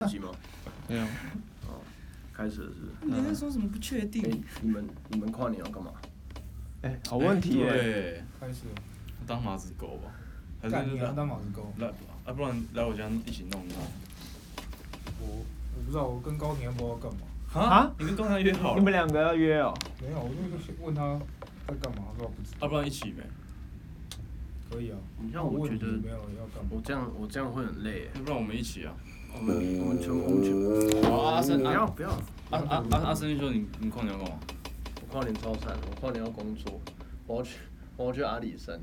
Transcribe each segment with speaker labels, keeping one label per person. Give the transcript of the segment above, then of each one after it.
Speaker 1: 哎
Speaker 2: 没有，
Speaker 3: 哦，开始了是不
Speaker 4: 你在说什么不确定？
Speaker 3: 是？哎、你们你们跨年要干嘛？
Speaker 1: 哎、
Speaker 2: 哦
Speaker 1: 好问题哎、
Speaker 2: 欸对，
Speaker 5: 开始了，
Speaker 2: 当马子狗吧，还
Speaker 5: 干
Speaker 2: 是
Speaker 5: 你要
Speaker 2: 来
Speaker 5: 当马子狗？
Speaker 2: 来啊，不然来我家一起弄一弄。
Speaker 5: 我我不知道，我跟高婷还不知道干嘛。
Speaker 1: 啊？
Speaker 2: 你跟高阳约好
Speaker 1: 你
Speaker 2: 了
Speaker 1: 们，两个要约哦、
Speaker 5: 没有，我就去问他在干嘛，他说他不知
Speaker 2: 啊，
Speaker 5: 道。
Speaker 2: 不然一起呗，
Speaker 5: 可以啊。
Speaker 3: 你
Speaker 5: 那
Speaker 3: 像我
Speaker 5: 问
Speaker 3: 觉
Speaker 5: 你
Speaker 3: 得
Speaker 5: 没有要干嘛？
Speaker 3: 我这样我这样会很累耶。
Speaker 2: 要不然我们一起啊。
Speaker 3: 我们我们全部我们全部
Speaker 2: 好，哦阿森，
Speaker 3: 不
Speaker 2: 阿
Speaker 3: 要不要，
Speaker 2: 阿阿阿阿森说你你跨年要干嘛？
Speaker 3: 我跨年超惨，我跨年要工作，我要去我要去阿里山，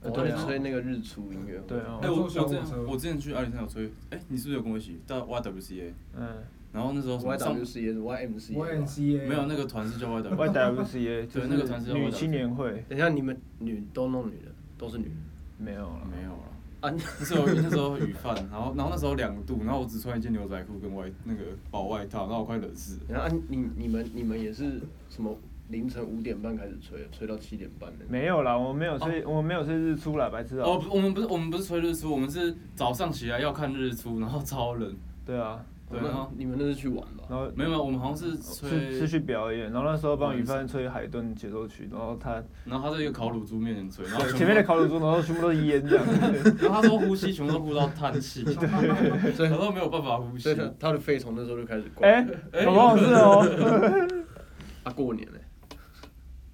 Speaker 3: 我要
Speaker 1: 哎对
Speaker 3: 去
Speaker 1: 啊
Speaker 3: 吹那个日出音乐会。
Speaker 1: 对哦、
Speaker 2: 哎，我我之
Speaker 5: 小火
Speaker 2: 前
Speaker 5: 车
Speaker 2: 我之前去阿里山有吹，哎，你是不是有跟我一起到 YWCA？
Speaker 1: 嗯
Speaker 2: 然后那时候什么上
Speaker 3: YWC 也是 YMC。
Speaker 5: 我 N C A
Speaker 2: 没有那个团是叫 YW，
Speaker 1: ，YWCA 就
Speaker 2: 对那个团是
Speaker 1: 是
Speaker 2: 叫
Speaker 1: 女
Speaker 2: YWCA
Speaker 1: 青年会，
Speaker 3: 等一下你们女都弄女的，都是女的
Speaker 1: 没有了，
Speaker 2: 没有了。
Speaker 3: 啊？
Speaker 2: 那时候那时候雨范，然后然后那时候两度，然后我只穿一件牛仔裤跟外那个薄外套，然后我快冷死了。
Speaker 3: 然后啊你你们你们也是什么凌晨五点半开始吹，吹到七点半的。
Speaker 1: 没有啦，我们没有吹，我们没有吹日出啦，白痴
Speaker 2: 哦，
Speaker 1: 哦、
Speaker 2: 不，我们不是我们不是吹日出，我们是早上起来要看日出，然后超冷。
Speaker 1: 对啊，
Speaker 2: 对，然
Speaker 3: 那
Speaker 2: 后
Speaker 3: 你们那是去玩吧？
Speaker 1: 然后
Speaker 2: 没有没啊有，我们好像是
Speaker 1: 是
Speaker 2: 吹
Speaker 1: 是去表演，然后那时候帮
Speaker 2: 晚
Speaker 1: 雨
Speaker 2: 上
Speaker 1: 帆吹海顿节奏曲，然后他
Speaker 2: 然后他在一个烤乳猪面前吹，然后
Speaker 1: 对
Speaker 2: 全部
Speaker 1: 前面的，烤乳猪，然后全部都是烟 这样，
Speaker 2: 然后他说呼吸全部都呼到叹气，对，他说没有办法呼吸
Speaker 3: 所以。他他的肺从那时候就开始灌。
Speaker 1: 哎、好不好是 哦、
Speaker 3: 啊，过年嘞、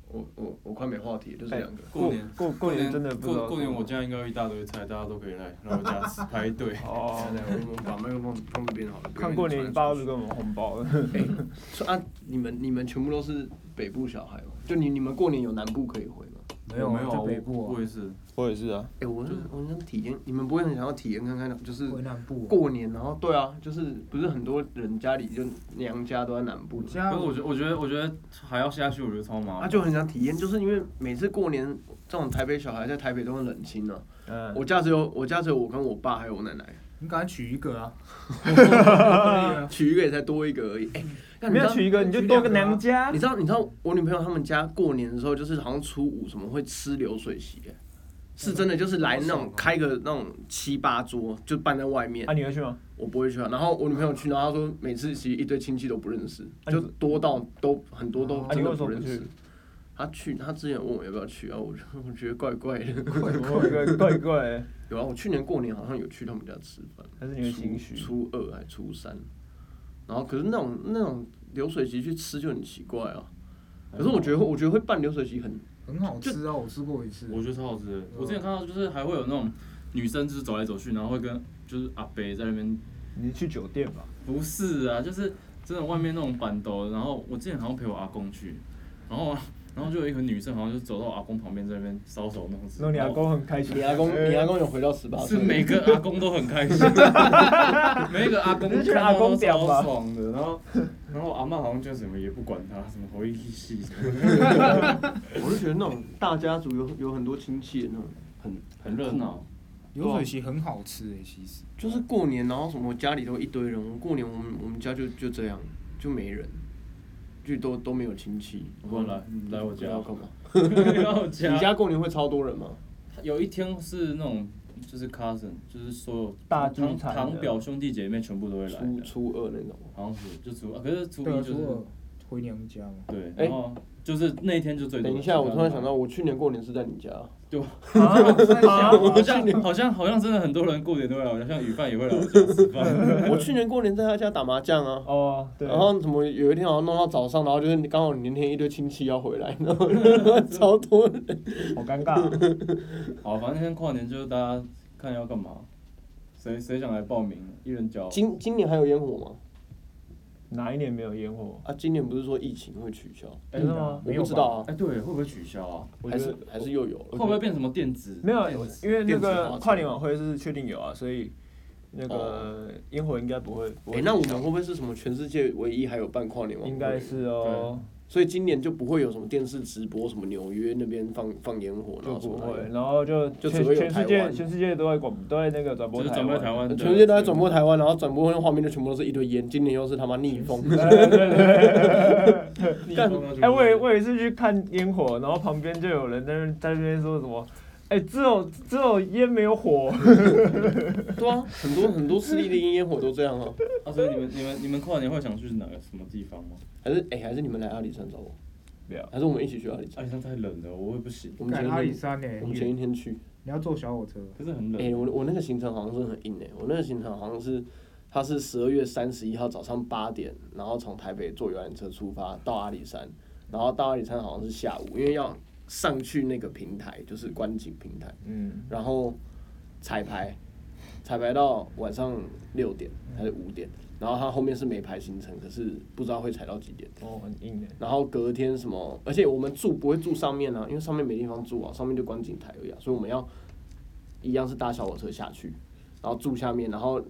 Speaker 3: 我我我快没话题了，就是两个。
Speaker 2: 过年
Speaker 1: 过过过年真的不知
Speaker 2: 过
Speaker 1: 道
Speaker 2: 过年我家应该有一大堆菜，大家都可以来来我家吃排队。
Speaker 1: 哦
Speaker 3: 来，来哎我们把麦克风放这边好了。不要
Speaker 1: 看过年
Speaker 3: 一
Speaker 1: 你
Speaker 3: 直
Speaker 1: 爸
Speaker 3: 传
Speaker 1: 都是给我们红 包的，
Speaker 2: 哎
Speaker 3: 说啊，你们你们全部都是北部小孩吗？就你你们过年有南部可以回吗？
Speaker 5: 没有
Speaker 2: 没有啊，
Speaker 5: 在
Speaker 2: 我
Speaker 5: 北部啊
Speaker 2: 我也是，
Speaker 1: 我也是啊，
Speaker 3: 哎、我是我想体验，你们不会很想要体验看看，就是
Speaker 5: 回南部啊。
Speaker 3: 过年，然后对啊，就是不是很多人家里就娘家都在南部
Speaker 5: 我
Speaker 3: 吗，
Speaker 5: 家
Speaker 2: 可是我觉得我觉得我觉得还要下去，我觉得超麻
Speaker 3: 啊
Speaker 2: 烦。
Speaker 3: 就很想体验，就是因为每次过年这种台北小孩在台北都很冷清啊。
Speaker 1: 嗯，
Speaker 3: 我家只有我家只有我跟我爸还有我奶奶，
Speaker 5: 你赶快取一个啊！
Speaker 3: 娶一个也才多一个而已。哎、那你
Speaker 1: 嗯没
Speaker 3: 知
Speaker 1: 有
Speaker 3: 道
Speaker 1: 娶一个你就多个娘家
Speaker 3: 啊你，知道，你知道我女朋友他们家过年的时候，就是好像初五什么会吃流水席、欸，是真的，就是来那种开个那种七八桌，就办在外面
Speaker 1: 啊，。你会去 吗？
Speaker 3: 我不会去啊，然后我女朋友去，然后她说每次其实一堆亲戚都不认识，
Speaker 1: 啊
Speaker 3: 就
Speaker 1: 你
Speaker 3: 多到都很多都
Speaker 5: 啊
Speaker 3: 真
Speaker 1: 你
Speaker 3: 的
Speaker 1: 为什么
Speaker 3: 认
Speaker 1: 不
Speaker 3: 识
Speaker 1: 去。
Speaker 3: 她去，她之前问我要不要去啊，我就 我觉得怪怪的。
Speaker 1: 我有个怪怪的，
Speaker 3: 有啊，我去年过年好像有去他们家吃饭，
Speaker 1: 还是你会心
Speaker 3: 初
Speaker 1: 虚？
Speaker 3: 初二还初三，然后可是那种那种流水席去吃就很奇怪啊。可是我觉得，我觉得会办流水席很
Speaker 5: 很好吃啊，我吃过一次。
Speaker 2: 我觉得超好吃的。我之前看到就是还会有那种女生就是走来走去，然后会跟就是阿伯在那边，
Speaker 1: 你去酒店吧，
Speaker 2: 不是啊，就是真的外面那种板凳。然后我之前好像陪我阿公去，然后啊 然后就有一个女生好像就走到我阿公旁边在那边搔首弄姿。
Speaker 1: 然后你阿公很开心，
Speaker 3: 哦你哎阿公，你阿公有回到十八
Speaker 2: 是
Speaker 3: 岁？
Speaker 2: 每个阿公都很 开心，每一个阿公
Speaker 1: 你是觉
Speaker 2: 看
Speaker 1: 得阿
Speaker 2: 到
Speaker 1: 公
Speaker 2: 都
Speaker 1: 屌吧
Speaker 2: 超爽的。然后然后我阿嬷好像就什么也不管他，什么回忆戏什么的，
Speaker 3: 我就觉得那种大家族有有很多亲戚的那种，很
Speaker 2: 很热闹。
Speaker 5: 流水席很好吃诶、其实。
Speaker 3: 就是过年，然后什么家里都一堆人。我过年我们我们家就就这样，就没人，就都都没有亲戚。
Speaker 2: 不然来你来我家
Speaker 3: 要 干嘛？
Speaker 2: 然后
Speaker 3: 你家过年会超多人吗？
Speaker 2: 有一天是那种就是 cousin，就是所有
Speaker 1: 大聚
Speaker 2: 堂
Speaker 1: 餐的
Speaker 2: 堂表兄弟姐妹全部都会来
Speaker 3: 初
Speaker 2: 的，
Speaker 3: 初二那种。
Speaker 2: 好像是就初，啊可是初
Speaker 5: 对啊，
Speaker 2: 一就
Speaker 5: 除
Speaker 2: 是
Speaker 5: 了回娘家嘛。
Speaker 2: 对，
Speaker 3: 哎
Speaker 2: 然后就是那一天就最多。
Speaker 3: 等一下，我突然想到，，我去年过年是在你家。
Speaker 2: 就
Speaker 5: 啊
Speaker 3: 哦
Speaker 2: 好像好像好像真的很多人过年都会来我家，像雨饭也会来我家吃 饭。
Speaker 3: 我去年过年在他家打麻将啊。
Speaker 1: 哦，对，
Speaker 3: 然后怎么有一天好像弄到早上，然后就是刚好你那天一堆亲戚要回来， 然后超多人。
Speaker 1: 好尴尬哦、
Speaker 2: 好，反正那天跨年就是大家看要干嘛，谁谁想来报名，一人交。
Speaker 3: 今今年还有烟火吗？
Speaker 1: 哪一年没有烟火？
Speaker 3: 啊，今年不是说疫情会取消？
Speaker 2: 哎
Speaker 1: 真的
Speaker 3: 我
Speaker 1: 吗？
Speaker 5: 没
Speaker 3: 不
Speaker 5: 有
Speaker 3: 知
Speaker 5: 吧
Speaker 3: 道啊，
Speaker 2: 哎，对，会不会取消啊？
Speaker 1: 我
Speaker 3: 还
Speaker 1: 觉
Speaker 3: 是
Speaker 1: 得
Speaker 3: 还是又有了
Speaker 2: 会。不会变什么电子？
Speaker 1: 没有
Speaker 2: 电子，
Speaker 1: 因为那
Speaker 3: 哎电子花
Speaker 1: 个
Speaker 3: 车
Speaker 1: 跨年晚会是确定有啊，所以那
Speaker 3: 哦
Speaker 1: 个烟火应该不会。不
Speaker 3: 哎、
Speaker 1: 会
Speaker 3: 那我们会不会是什么全世界唯一还有办跨年晚会？
Speaker 1: 应该，是哦，
Speaker 3: 所以今年就不会有什么电视直播，什么纽约那边放放烟火，然
Speaker 1: 就
Speaker 3: 后什
Speaker 1: 不
Speaker 3: 么
Speaker 1: 会，然后就
Speaker 3: 就只
Speaker 1: 全
Speaker 3: 会有
Speaker 1: 全世
Speaker 3: 台
Speaker 1: 界
Speaker 3: 湾
Speaker 1: 全世界都在广都在那个转播
Speaker 2: 就是
Speaker 1: 台
Speaker 2: 转播台
Speaker 1: 湾。
Speaker 2: 湾的，
Speaker 3: 全世界都在转播台湾，然后转播那画面就全部都是一堆烟。今年又是他妈逆 风，
Speaker 2: 逆
Speaker 1: 但
Speaker 2: 风啊。嗯
Speaker 1: 哎哎，我有我有一次去看烟火，然后旁边就有人在那在那边说什么。哎、只有只有烟没有火，
Speaker 3: 对啊，很多很多私立的烟火都这样啊。
Speaker 2: 啊，所以你们你们你们跨年会想去哪个什么地方吗？
Speaker 3: 还是哎、还是你们来阿里山找我，
Speaker 1: 不要
Speaker 3: 还是我们一起去阿里山？
Speaker 2: 阿里山啊太冷了，我会不行，
Speaker 3: 我们前
Speaker 5: 赶
Speaker 3: 一
Speaker 5: 阿里
Speaker 3: 天，
Speaker 5: 山呢、
Speaker 3: 我们前一
Speaker 5: 你
Speaker 3: 天去。
Speaker 5: 要坐小火车，
Speaker 2: 可是很
Speaker 3: 哎、
Speaker 2: 冷。
Speaker 3: 我我那个行程好像是很硬哎、我那个行程好像是，它是十二月三十一号早上八点，然后从台北坐游览车出发到阿里山，然后到阿里山好像是下午，因为要上去那个平台，就是观景平台，
Speaker 1: 嗯，
Speaker 3: 然后彩排，彩排到晚上六点还是五点，然后它后面是没排行程，可是不知道会踩到几点。
Speaker 1: 哦，很硬
Speaker 2: 欸
Speaker 1: 的，
Speaker 3: 然后隔天什么，而且我们住不会住上面啊，因为上面没地方住啊，上面就观景台而已啊，所以我们要一样是搭小火车下去，然后住下面，然后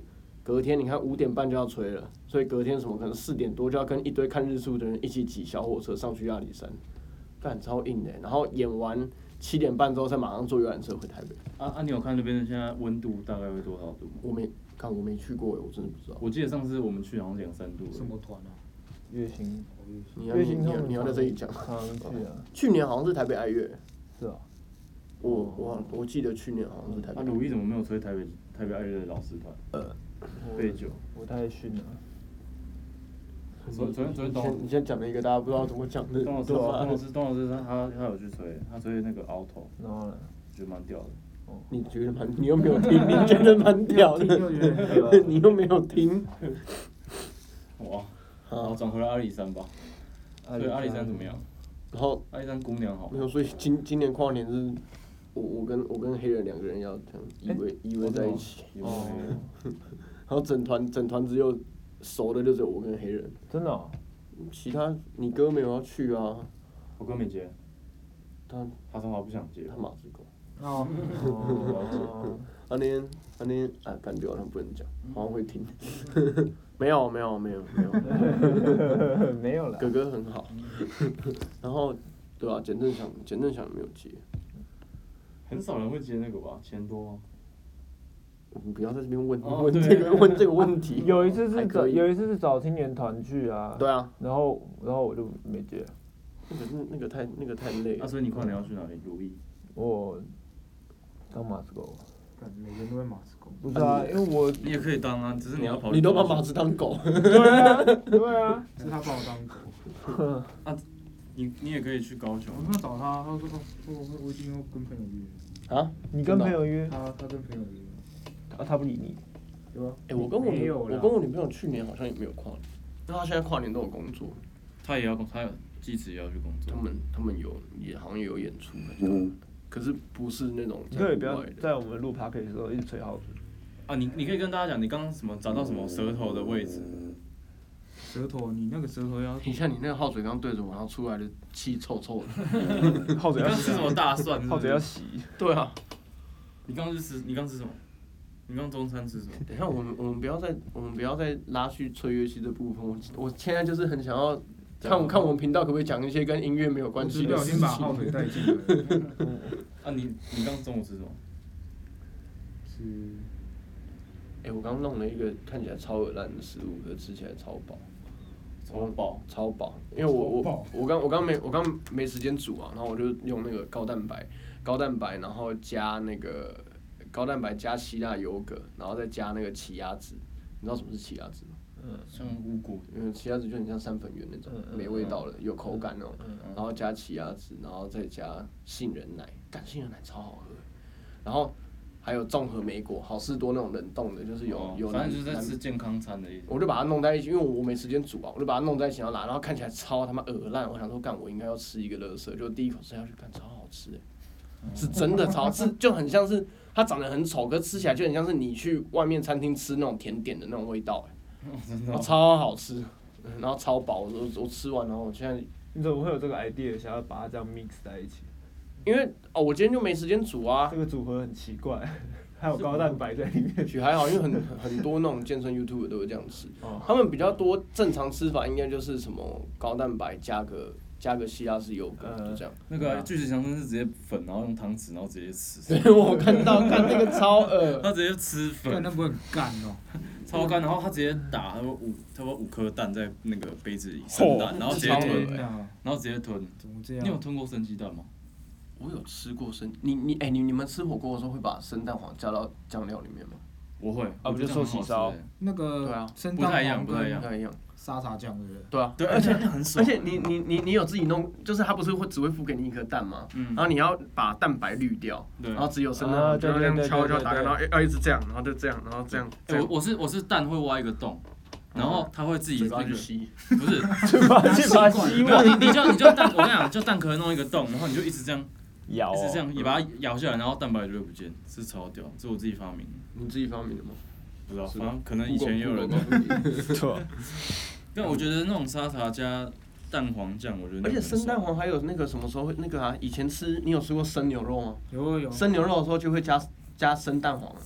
Speaker 3: 隔天你看五点半就要吹了，所以隔天什么可能四点多就要跟一堆看日出的人一起挤小火车上去阿啊里山，干超硬的、然后演完七点半之后再马上坐游览车回台北，
Speaker 2: 啊啊，你有看那边的现在温度大概会多少度吗？
Speaker 3: 我没看我没去啊过、我真的不知道。
Speaker 2: 我记得上次我们去好像两三度
Speaker 5: 什
Speaker 2: 了。
Speaker 5: 么团啊？
Speaker 1: 月薪
Speaker 3: 你要
Speaker 1: 月
Speaker 3: 你
Speaker 1: 薪他
Speaker 3: 要
Speaker 1: 们
Speaker 3: 你要在这里讲，
Speaker 1: 常常去啊，
Speaker 3: 去年好像是台北爱乐，
Speaker 1: 是啊，
Speaker 3: 我我我记得去年好像是台北
Speaker 2: 啊，。鲁豫怎么没有吹台北台北爱乐的老师团？
Speaker 1: 我
Speaker 2: 备酒。
Speaker 1: 我太逊啊了，
Speaker 2: 昨昨天昨天
Speaker 3: 你
Speaker 2: 董
Speaker 3: 先你先讲了一个大家不知道怎么讲的，
Speaker 2: 董老师
Speaker 3: 对啊
Speaker 2: 董
Speaker 3: 吧
Speaker 2: 老师董老师他他他有去吹，他吹那个 alto，
Speaker 1: 然后呢？
Speaker 2: 觉得蛮屌的。
Speaker 3: 你觉得蛮，你又没有听，你觉得蛮屌
Speaker 5: 你有听就觉得
Speaker 3: 的，
Speaker 5: 很屌
Speaker 3: 你又没有听。啊
Speaker 2: 哇，然后
Speaker 3: 好，
Speaker 2: 转回来阿里山吧。所以阿里山怎么样？？
Speaker 3: 然后
Speaker 2: 阿里山姑娘好
Speaker 3: 没
Speaker 2: 吗。
Speaker 3: 有，所以今今年跨年是，我我跟我跟黑人两个人要这样，E 依偎依
Speaker 5: 哦
Speaker 3: 偎在一起，
Speaker 2: 哦
Speaker 3: 哦
Speaker 2: 有没有？
Speaker 3: 然后整团整团只有熟的就只有我跟黑人，
Speaker 1: 真的、哦，
Speaker 3: 其他你哥没有要去啊，
Speaker 2: 我跟美杰，
Speaker 3: 他
Speaker 2: 他说他不想接
Speaker 3: 他。马子狗，
Speaker 5: 哦，
Speaker 1: 哦，
Speaker 3: 啊那天啊那天啊感觉好像不能讲，好像会听， 没有没有没有没有。
Speaker 1: 没有了，
Speaker 3: 哥哥很好， 然后对啊，简正祥简正祥没有接，
Speaker 2: 很少人会接那个吧？钱多吗？
Speaker 3: 你不要在这边问、
Speaker 2: 哦
Speaker 3: 问
Speaker 2: 对
Speaker 3: 这个 问这个问题。
Speaker 1: 有一次是
Speaker 3: 哦还
Speaker 1: 找
Speaker 3: 可以
Speaker 1: 有一次是找青年团去啊，
Speaker 3: 对，啊，
Speaker 1: 然后然后我就没接，
Speaker 3: 那个那个太那个太累
Speaker 2: 啊，
Speaker 3: 了，
Speaker 2: 所以你跨年要去哪里？如意。
Speaker 1: 我当马斯狗，
Speaker 5: 干每个人都会马斯 狗，
Speaker 1: 不是啊，因为我
Speaker 2: 你也可以当啊，只是你要跑。
Speaker 3: 你都把马子当狗，
Speaker 1: 对啊对啊，
Speaker 5: 是他把我当狗。
Speaker 2: 你你也可以去高雄啊
Speaker 5: 我。没有找他，他说他说我我已经要跟朋友约，
Speaker 1: 你跟朋友约，
Speaker 5: 他他跟朋友约，
Speaker 1: 啊他不理你，
Speaker 5: 对吧？
Speaker 3: 哎、我跟我
Speaker 5: 没
Speaker 3: 女
Speaker 5: 有
Speaker 3: 我
Speaker 5: 啦
Speaker 3: 跟我女朋友去年好像也没有跨年，因为她现在跨年都有工作，
Speaker 2: 他也要工，他有继子也要去工
Speaker 3: 他
Speaker 2: 作。
Speaker 3: 们他们有也好像有演出，可是不是那种
Speaker 1: 你
Speaker 3: 在
Speaker 1: 可以不
Speaker 3: 户
Speaker 1: 要
Speaker 3: 外的，
Speaker 1: 在我们录 p o d c a s 的时候一直吹号子，
Speaker 2: 啊，你你可以跟大家讲，你刚刚什么找到什么舌头的位置？
Speaker 5: 舌头，你那个舌头 要
Speaker 3: 你看你那个号水刚对着我，然后出来的气臭臭的。
Speaker 1: 号子
Speaker 2: 你
Speaker 1: 要
Speaker 2: 刚吃什么大蒜是不是？
Speaker 1: 号子要洗，
Speaker 3: 对啊，
Speaker 2: 你刚刚是吃，你刚吃什么？你刚中餐吃什么？
Speaker 3: 等一下，我们我们不要再我们不要再拉去吹乐器这部分。我我现在就是很想要看我看我们频道可不可以讲一些跟音乐没有关系
Speaker 5: 不
Speaker 3: 的
Speaker 5: 小
Speaker 3: 事
Speaker 5: 心把浩
Speaker 3: 情。
Speaker 5: 水带进来了，
Speaker 2: 啊，你你刚中午吃什么？
Speaker 5: 是
Speaker 3: 哎、我刚弄了一个看起来超恶烂的食物，可是吃起来超饱，
Speaker 2: 超饱。
Speaker 3: 超饱。因为我
Speaker 5: 超
Speaker 3: 我
Speaker 5: 饱
Speaker 3: 我刚我刚没我刚没时间煮啊，然后我就用那个高蛋白高蛋白，然后加那个高蛋白加希腊优格，然后再加那个奇亚籽。你知道什么是奇亚籽吗？
Speaker 2: 像五谷，
Speaker 3: 因为奇亚籽就很像三粉圆那种
Speaker 1: 嗯嗯
Speaker 3: 没味道的，有口感那种。
Speaker 1: 嗯
Speaker 3: 然后加奇亚籽，然后再加杏仁奶，干杏仁奶超好喝。然后还有综合莓果，好事多那种冷冻的，就是有、
Speaker 2: 哦
Speaker 3: 有
Speaker 2: 反
Speaker 3: 南
Speaker 2: 正就是在
Speaker 3: 南
Speaker 2: 吃健康餐的意思。
Speaker 3: 我就把它弄在一起，因为我我没时间煮啊，我就把它弄在一起，然后拿，然后看起来超他妈恶烂。我想说，干我应该要吃一个乐色，就第一口吃下去，干超好吃、欸，是真的超 是就很像是它长得很丑，可是吃起来就很像是你去外面餐厅吃那种甜点的那种味道、欸，
Speaker 2: 真的
Speaker 3: 然
Speaker 2: 哦
Speaker 3: 后超好吃，嗯然后超饱。我我我吃完，然后我现在
Speaker 1: 你怎么会有这个 idea 想要把它这样 mix 在一起？
Speaker 3: 因为哦，我今天就没时间煮啊
Speaker 1: 这，个组合很奇怪， 还有高蛋白在 里面。
Speaker 3: 也还好，因为很很多那种健身 YouTube 都会这样吃
Speaker 1: 哦，
Speaker 3: 他们比较多正常吃法应该就是什么高蛋白加个加个希腊式油格，
Speaker 1: 嗯
Speaker 3: 就这样。
Speaker 2: 那个啊巨石强森是直接粉，然后用汤匙，然后直接吃。
Speaker 3: 对我看 到看那个超恶，
Speaker 2: 他直接吃
Speaker 5: 干
Speaker 2: 粉，
Speaker 5: 那不会很干哦？
Speaker 2: 超干，然后他直接打，他五差不多五颗蛋在那个杯子里，生蛋，然后直接
Speaker 3: 超恶
Speaker 2: 吞，
Speaker 5: 天哪，
Speaker 2: 然后直接吞。
Speaker 5: 怎么这
Speaker 2: 你有
Speaker 5: 样？
Speaker 2: 吞过生鸡蛋吗？
Speaker 3: 我有吃过生，你你哎、你你们吃火锅的时候会把生蛋黄加到酱料里面吗？
Speaker 2: 我会，
Speaker 1: 不
Speaker 2: 我觉得
Speaker 1: 就
Speaker 2: 这样
Speaker 1: 寿喜
Speaker 2: 很好吃
Speaker 1: 烧
Speaker 2: 欸
Speaker 5: 那
Speaker 3: 对
Speaker 5: 个
Speaker 3: 啊
Speaker 5: 生
Speaker 2: 不太一
Speaker 5: 蛋
Speaker 2: 样
Speaker 5: 黄
Speaker 2: 不太一
Speaker 5: 跟
Speaker 2: 样
Speaker 3: 不太一样。
Speaker 5: 沙茶酱，对不对？
Speaker 3: 对啊，
Speaker 2: 对，而且那很爽
Speaker 3: 而。且你你你你有自己弄，就是它不是会只会付给你一颗蛋吗？
Speaker 2: 嗯
Speaker 3: 然后你要把蛋白滤掉，
Speaker 2: 对
Speaker 3: 然后只有生蛋
Speaker 1: 啊
Speaker 3: 黄，就要这样
Speaker 1: 对对对
Speaker 3: 敲
Speaker 1: 对
Speaker 3: 敲
Speaker 1: 对
Speaker 3: 打开，
Speaker 1: 对
Speaker 3: 然后要一直这样，然后就这样，然后这样，这
Speaker 2: 欸
Speaker 3: 样
Speaker 2: 我我是我是蛋会挖一个洞，然后它会自己
Speaker 3: 嘴
Speaker 2: 那
Speaker 3: 巴去
Speaker 2: 个
Speaker 3: 吸。
Speaker 2: 不是，
Speaker 1: 去把去把 希
Speaker 2: 没有
Speaker 1: 望
Speaker 2: 你你就你就蛋，我跟你讲，就蛋壳弄一个洞，然后你就一直这样
Speaker 1: 咬
Speaker 2: 一直这
Speaker 1: 哦，
Speaker 2: 样，也把它咬下来，然后蛋白就会不见，是超屌，这我自己发明的，
Speaker 3: 你自己发明的吗？
Speaker 2: 不知道，
Speaker 3: 是
Speaker 2: 反正可能以前也有人。
Speaker 1: 错，
Speaker 2: 但我觉得那种沙茶加蛋黄酱，我觉得 那
Speaker 3: 而
Speaker 2: 个
Speaker 3: 且
Speaker 2: 很爽
Speaker 3: 生蛋黄还有那个什么时候会那个啊？以前吃你有吃过生牛肉吗？
Speaker 5: 有有
Speaker 3: 生牛肉的时候就会加加生蛋黄啊，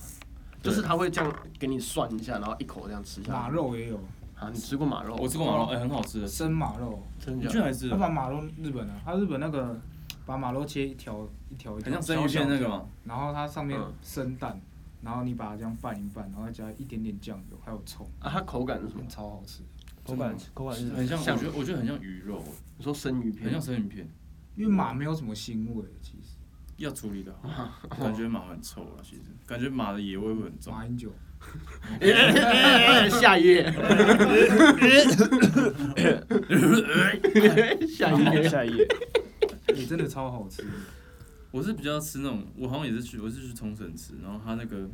Speaker 2: 对
Speaker 3: 就是它会这样给你涮一下，然后一口这样吃下
Speaker 5: 马
Speaker 3: 来。
Speaker 5: 肉也有
Speaker 3: 啊，你吃过马肉？
Speaker 2: 我吃过马肉，哎、很好吃的，
Speaker 5: 生马肉，
Speaker 3: 真
Speaker 2: 你
Speaker 3: 哦的
Speaker 2: 居然
Speaker 3: 假的？
Speaker 2: 还吃
Speaker 5: 他
Speaker 2: 了？
Speaker 5: 把马肉日本的，他日本那个把马肉切一条一条一
Speaker 2: 很像
Speaker 5: 条
Speaker 2: 生鱼片那个嘛，
Speaker 5: 然后它上面
Speaker 3: 嗯
Speaker 5: 生蛋，然后你把它这样拌一拌，然后加一点点酱油，还有葱，
Speaker 3: 啊，它口感是什么？
Speaker 5: 超好吃。
Speaker 1: 口感口感是
Speaker 2: 很像，
Speaker 3: 像
Speaker 2: 我觉得我觉得很像鱼肉，
Speaker 3: 你说生鱼
Speaker 2: 很
Speaker 3: 片
Speaker 2: 像？生鱼片，
Speaker 5: 因为马没有什么腥味，其实
Speaker 2: 要处理的 好，感觉马很臭了，其实感觉马的野味会很重。
Speaker 5: 马英九
Speaker 3: 下一页， 下一页。
Speaker 1: 下一页，
Speaker 5: 也真的超好吃。
Speaker 2: 我是比较吃那种，我好像也是去，我是去冲绳吃，然后它那个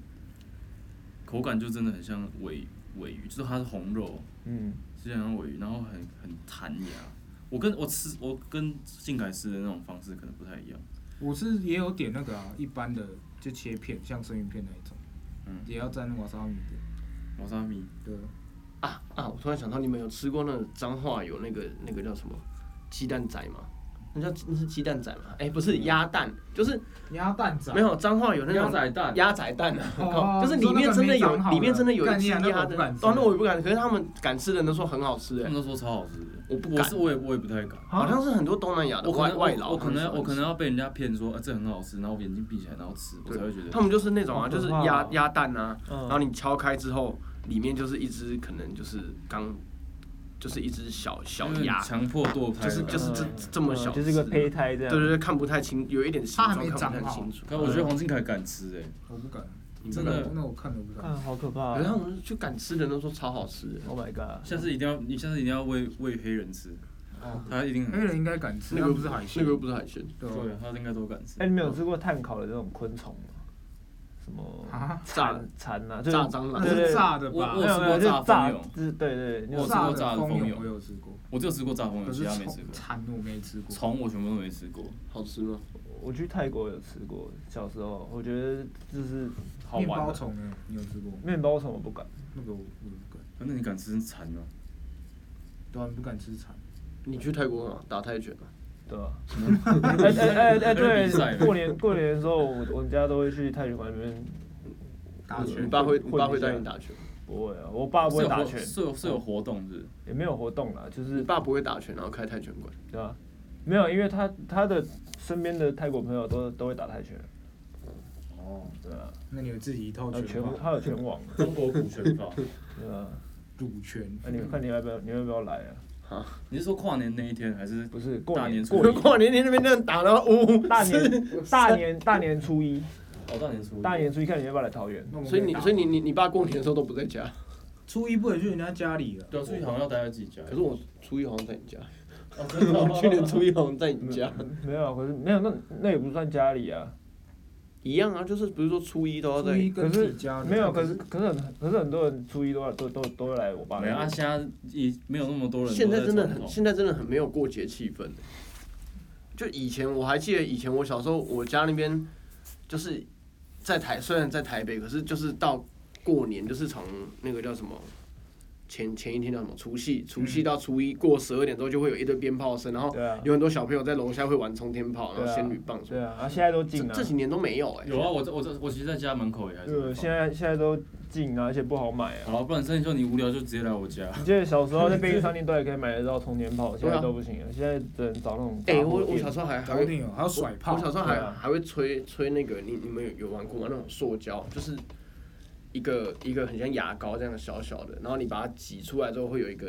Speaker 2: 口感就真的很像尾尾鱼，就是它是红肉，
Speaker 1: 嗯，
Speaker 2: 是很像尾鱼，然后很很弹牙。我跟我吃我跟静凯吃的那种方式可能不太一样，
Speaker 5: 我是也有点那个啊，一般的就切片，像生鱼片那一种，
Speaker 2: 嗯
Speaker 5: 也要沾瓦萨米的，
Speaker 2: 瓦萨米
Speaker 5: 对，
Speaker 3: 啊啊！我突然想到，你们有吃过那个彰化有那个那个叫什么鸡蛋仔吗？那叫那是鸡蛋仔吗？哎、不是鸭蛋，就是
Speaker 5: 鸭蛋仔
Speaker 3: 没有彰化有那种
Speaker 2: 仔蛋
Speaker 3: 鸭仔蛋啊！
Speaker 5: 哦
Speaker 3: 我靠，就是里面真的
Speaker 5: 你说
Speaker 3: 有
Speaker 5: 那个没长好，的
Speaker 3: 里面真的有一
Speaker 5: 干
Speaker 3: 只
Speaker 5: 你
Speaker 3: 鸭
Speaker 5: 啊
Speaker 3: 的。
Speaker 5: 那我不敢嗯吃
Speaker 3: 哦，那我也不敢。可是他们敢吃的人都说很好吃
Speaker 2: 他
Speaker 3: 哎、
Speaker 2: 们都说超好吃的，
Speaker 3: 我不
Speaker 2: 我
Speaker 3: 敢
Speaker 2: 是我也我也不太敢。
Speaker 3: 好像是很多东南亚的
Speaker 2: 我可
Speaker 3: 外
Speaker 2: 能
Speaker 3: 外劳，
Speaker 2: 啊我可
Speaker 3: 他们喜
Speaker 2: 能
Speaker 3: 欢
Speaker 2: 我可
Speaker 3: 吃
Speaker 2: 能要被人家骗说，啊，这很好吃，然后我眼睛闭起来，然后吃，我才会觉
Speaker 3: 他
Speaker 2: 得。
Speaker 3: 们就是那种啊，
Speaker 1: 好
Speaker 3: 就
Speaker 1: 可
Speaker 3: 是
Speaker 1: 怕哦
Speaker 3: 鸭鸭蛋啊，然后
Speaker 1: 嗯，
Speaker 3: 你敲开之后，里面就是一只可能就是刚，就是一只小小
Speaker 2: 因为
Speaker 3: 鸭，
Speaker 2: 强迫堕胎
Speaker 3: 就
Speaker 2: 的
Speaker 3: 是
Speaker 2: 感觉，
Speaker 3: 就是这
Speaker 1: 嗯
Speaker 3: 这么小
Speaker 1: 就是个胚胎
Speaker 3: 对
Speaker 1: 这样，
Speaker 3: 对对，看不太清，有一点形
Speaker 5: 它还
Speaker 3: 状
Speaker 5: 没
Speaker 3: 看不
Speaker 5: 长
Speaker 3: 太
Speaker 5: 好
Speaker 3: 清楚。
Speaker 2: 可我觉得黄金凯敢吃哎、
Speaker 5: 我不敢，
Speaker 3: 你
Speaker 2: 真
Speaker 3: 不
Speaker 2: 的
Speaker 3: 敢
Speaker 5: 那我那我看了不敢
Speaker 1: 看。好可怕
Speaker 3: 可是他
Speaker 1: 啊
Speaker 3: 们去敢吃的人都说超好吃欸的，
Speaker 1: ，Oh my god，
Speaker 2: 下次一定要，你下次一定要喂喂黑人吃，
Speaker 5: 哦，
Speaker 2: 他一定
Speaker 5: 黑
Speaker 2: 很，
Speaker 5: 人应该敢吃，
Speaker 3: 那
Speaker 5: 那
Speaker 3: 个
Speaker 5: 不是海鲜，
Speaker 3: 那个又不是海鲜，
Speaker 5: 对啊吧
Speaker 2: 对，他应该都敢吃
Speaker 1: 哎，。你们有吃过碳烤的这种昆虫吗？什么
Speaker 5: 啊，
Speaker 3: 炸
Speaker 1: 蚕蚕啊，就是
Speaker 3: 炸蟑
Speaker 5: 那
Speaker 3: 螂，
Speaker 1: 对对
Speaker 5: 是炸的
Speaker 2: 我
Speaker 5: 吧
Speaker 2: 我？
Speaker 1: 啊没有没有，就
Speaker 2: 有吃
Speaker 1: 是
Speaker 2: 过炸蜂
Speaker 1: 炸
Speaker 2: 蛹，
Speaker 1: 就是对对，对
Speaker 2: 我有吃
Speaker 5: 炸
Speaker 2: 过
Speaker 5: 的
Speaker 2: 炸的
Speaker 5: 蜂
Speaker 2: 蜂
Speaker 5: 蛹
Speaker 2: 蛹
Speaker 5: 我有吃过，
Speaker 2: 我只有吃过炸蜂
Speaker 5: 可
Speaker 2: 蛹，
Speaker 5: 是
Speaker 2: 其他没吃
Speaker 5: 虫
Speaker 2: 过。
Speaker 5: 蚕我没吃过。
Speaker 2: 虫我全部都没吃过，啊
Speaker 3: 好吃吗？
Speaker 1: 我去泰国有吃过，小时候我觉得就是好
Speaker 5: 面
Speaker 1: 玩
Speaker 5: 包
Speaker 1: 的。
Speaker 5: 虫呢？你有吃过？
Speaker 1: 面包虫我不敢，
Speaker 5: 那个我我不敢，
Speaker 2: 那你敢吃哦蚕吗？
Speaker 5: 对啊，你不敢吃蚕。
Speaker 3: 你去泰国干嘛打泰拳啊？
Speaker 1: 对 吧？哎哎哎哎，
Speaker 2: 比
Speaker 1: 对，
Speaker 2: 赛了
Speaker 1: 过年过年的时候，我我们家都会去泰拳馆那边。
Speaker 5: 打
Speaker 3: 嗯你
Speaker 5: 拳
Speaker 3: 爸会
Speaker 1: 混
Speaker 3: 你爸会
Speaker 1: 一下
Speaker 3: 带你打拳吗，
Speaker 1: 不会啊，我爸不
Speaker 2: 是
Speaker 1: 会
Speaker 2: 有
Speaker 1: 打
Speaker 2: 活
Speaker 1: 拳，
Speaker 2: 是有是有活动是
Speaker 1: 也没有活动啦，就
Speaker 3: 你
Speaker 1: 是
Speaker 3: 爸不会打拳，然后开泰拳馆。
Speaker 1: 对吧？没有，因为他他的身边的泰国朋友都都会打泰拳，
Speaker 2: 哦，
Speaker 1: 对吧？
Speaker 5: 那你有自己一套
Speaker 1: 然后拳
Speaker 5: 拳法，
Speaker 1: 他有拳王，
Speaker 2: 中国古拳法。
Speaker 1: 对吧？
Speaker 5: 赌拳。
Speaker 3: 啊
Speaker 1: 那你们看你要不要你要不要来啊？
Speaker 2: 你是说跨年那一天还是
Speaker 1: 不是过
Speaker 2: 大年初
Speaker 1: 过
Speaker 2: 一
Speaker 1: 年
Speaker 3: 过年那边那 样打，然后呜，
Speaker 1: 大年大年大年初一，
Speaker 2: 哦大年初一？
Speaker 1: 大年初一看你要不要来桃园？
Speaker 5: 那我们
Speaker 3: 所以你
Speaker 5: 可打
Speaker 3: 所以你你你爸过年的时候都不在家，
Speaker 5: 初一不能去人家家里了。
Speaker 2: 对啊，初一好像要待在自己家。
Speaker 3: 可是我初一好像在你家，嗯
Speaker 2: 哦真的
Speaker 3: 我
Speaker 2: 哦
Speaker 3: 去年初一好像在你家，
Speaker 1: 没有啊，可是没有那那也不算家里啊，
Speaker 3: 一样啊，就是比如说初一都要
Speaker 5: 初
Speaker 3: 在，
Speaker 5: 一跟
Speaker 1: 可
Speaker 5: 自
Speaker 1: 是
Speaker 5: 己家人
Speaker 1: 没有，可是可是很可是很多人初一都要都都都会来我爸
Speaker 2: 没有，
Speaker 1: 那
Speaker 2: 啊，
Speaker 1: 边。
Speaker 2: 现在也没有那么多人。
Speaker 3: 现在真的
Speaker 2: 都
Speaker 3: 很
Speaker 2: 传统
Speaker 3: 现在真的很没有过节气氛。就以前我还记得以前我小时候我家那边就是在台虽然在台北，可是就是到过年就是从那个叫什么。前前一天叫什么？除夕，除夕到初一过十二点之后，就会有一堆鞭炮声，然后
Speaker 1: 对啊，
Speaker 3: 有很多小朋友在楼下会玩冲天炮，然
Speaker 1: 对
Speaker 3: 后
Speaker 1: 啊
Speaker 3: 仙女棒什么的。
Speaker 1: 对啊，啊现在都
Speaker 3: 这
Speaker 1: 禁了、
Speaker 3: 这几年都没有哎、
Speaker 2: 有啊，我在我在我其实在家门口也还是会
Speaker 1: 对，
Speaker 2: 放。
Speaker 1: 现在现在都禁啊，而且不好买啊。
Speaker 2: 好了，不然生秀你无聊就直接来我家。
Speaker 1: 你记得小时候在便利商店都还可以买得到充电炮，现
Speaker 3: 对啊
Speaker 1: 在都不行了，现在只能找那种杂
Speaker 3: 哎、
Speaker 1: 货
Speaker 3: 我
Speaker 1: 店。
Speaker 3: 我小时候还还
Speaker 5: 搞不
Speaker 3: 会
Speaker 5: 定有，还有甩炮。
Speaker 3: 我小时候还、
Speaker 1: 对啊
Speaker 3: 还会吹吹那个，你你们有有玩过吗？那种塑胶，就是一个一个很像牙膏这样小小的，然后你把它挤出来之后会有一个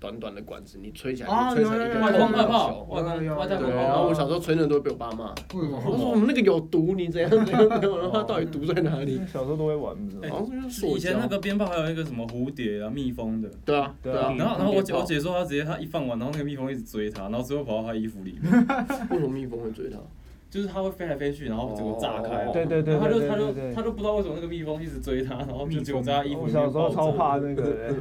Speaker 3: 短短的管子，你吹起来
Speaker 5: 哦
Speaker 3: 就吹成一
Speaker 5: 有
Speaker 3: 个
Speaker 5: 有有
Speaker 2: 外
Speaker 5: 有
Speaker 2: 公
Speaker 3: 空
Speaker 2: 外
Speaker 3: 的
Speaker 2: 炮，
Speaker 3: 球。
Speaker 2: 外公外太
Speaker 3: 对，啊
Speaker 2: 公
Speaker 5: 有
Speaker 2: 外
Speaker 5: 有
Speaker 3: 然
Speaker 2: 炮
Speaker 3: 后我小时候吹那都会被我爸骂，
Speaker 5: 为什么？
Speaker 3: 我说我们那个有毒，你怎样怎样怎样，然后它到底毒在哪里？
Speaker 1: 哎小时候都会玩，不知道。
Speaker 3: 好像是
Speaker 2: 以
Speaker 3: 塑
Speaker 2: 前
Speaker 3: 胶
Speaker 2: 那。个鞭炮还有一个什么蝴蝶啊、蜜蜂的，
Speaker 3: 对啊，
Speaker 1: 对
Speaker 3: 对
Speaker 1: 啊
Speaker 3: 啊。
Speaker 2: 然后然后我姐
Speaker 3: 鞭炮
Speaker 2: 我姐说她直接她一放完，然后那个蜜蜂一直追她，然后最后跑到她衣服里面，
Speaker 3: 为什么蜜蜂会追它？
Speaker 2: 就是它会飞来飞去，然后结果炸
Speaker 3: 哦
Speaker 2: 开了。
Speaker 1: 对对对
Speaker 2: 然后她哎就
Speaker 1: 对
Speaker 2: 她
Speaker 1: 对
Speaker 2: 就
Speaker 1: 对
Speaker 2: 她就不知道为什么那个蜜蜂一直追她，然后就结果在她衣服
Speaker 1: 我
Speaker 2: 里
Speaker 1: 小
Speaker 2: 面
Speaker 1: 时候
Speaker 2: 爆
Speaker 1: 超
Speaker 2: 炸。
Speaker 1: 怕那个的，